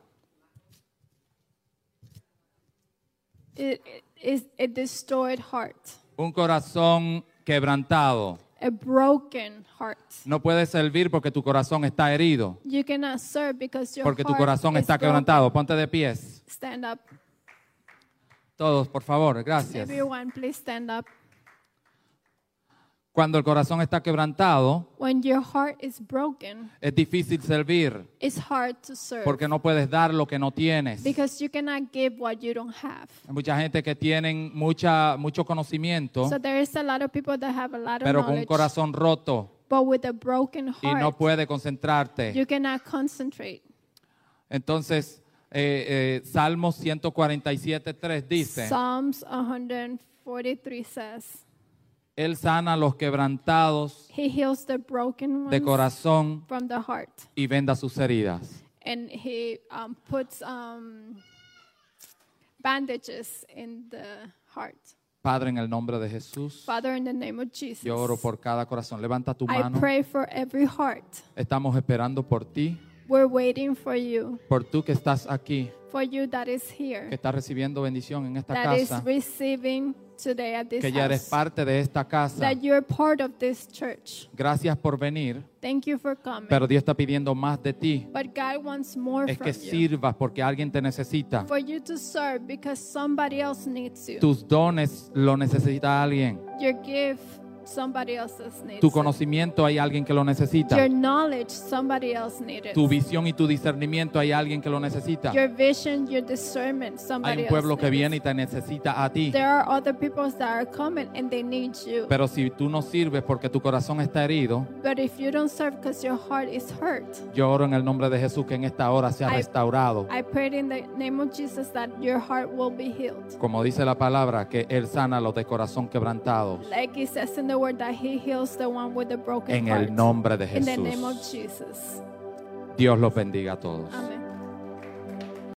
S3: it, it is a destroyed heart,
S2: Un corazón quebrantado.
S3: a broken heart.
S2: No puede servir porque tu corazón está herido,
S3: You cannot serve because your
S2: porque tu
S3: heart
S2: corazón
S3: is
S2: está
S3: broken.
S2: quebrantado. Ponte de pies.
S3: Stand up,
S2: Todos, por favor, gracias.
S3: everyone. Please stand up.
S2: Cuando el corazón está quebrantado,
S3: When your heart is broken,
S2: es difícil servir
S3: it's hard to serve
S2: porque no puedes dar lo que no tienes. Hay
S3: because you cannot give what you don't have.
S2: mucha gente que tienen mucha, mucho conocimiento,
S3: So there is a lot of people that have a lot of
S2: pero con un
S3: knowledge,
S2: corazón roto
S3: but with a broken
S2: y
S3: heart,
S2: no puede concentrarte.
S3: you cannot concentrate.
S2: Entonces, eh, eh, Salmo 147, 3 dice,
S3: Psalms 143 says,
S2: Él sana a los quebrantados
S3: He heals the broken
S2: de
S3: ones
S2: corazón
S3: from the heart,
S2: y venda sus heridas.
S3: and He um, puts um, bandages in the heart.
S2: Padre, en el nombre de Jesús,
S3: Father, in the name of Jesus,
S2: yo oro por cada corazón. Levanta tu
S3: I
S2: mano.
S3: pray for every heart.
S2: Estamos esperando por ti,
S3: We're waiting for you,
S2: por tú que estás aquí,
S3: for you that is
S2: que
S3: here,
S2: estás recibiendo bendición en esta
S3: that is
S2: casa,
S3: receiving today at this
S2: que ya eres
S3: house,
S2: parte de esta casa.
S3: that you're part of this church.
S2: Gracias por venir,
S3: Thank you for coming.
S2: pero Dios está pidiendo más de ti.
S3: but God wants more
S2: Es
S3: from
S2: que
S3: you.
S2: sirvas porque alguien te necesita.
S3: for you to serve because somebody else needs you.
S2: Tus dones lo necesita alguien.
S3: Your gift, somebody else's needs.
S2: Tu
S3: it.
S2: conocimiento hay alguien que lo necesita.
S3: Your knowledge, somebody else needs. it.
S2: Tu visión y tu discernimiento hay alguien que lo necesita.
S3: Your vision, your discernment, somebody
S2: Hay un pueblo
S3: else
S2: que
S3: needs.
S2: viene y te necesita a ti.
S3: There are other people that are coming and they need you.
S2: Pero si tú no sirves porque tu corazón está herido,
S3: But if you don't serve because your heart is hurt,
S2: yo oro en el nombre de Jesús que en esta hora sea
S3: I-
S2: restaurado.
S3: I pray in the name of Jesus that your heart will be healed.
S2: Como dice la palabra, que Él sana a los de corazón quebrantado.
S3: Like it says in the word that he heals the one with the broken
S2: En
S3: heart.
S2: el nombre de
S3: in the name of
S2: Jesús.
S3: Jesus.
S2: Dios los bendiga a todos.
S3: Amén.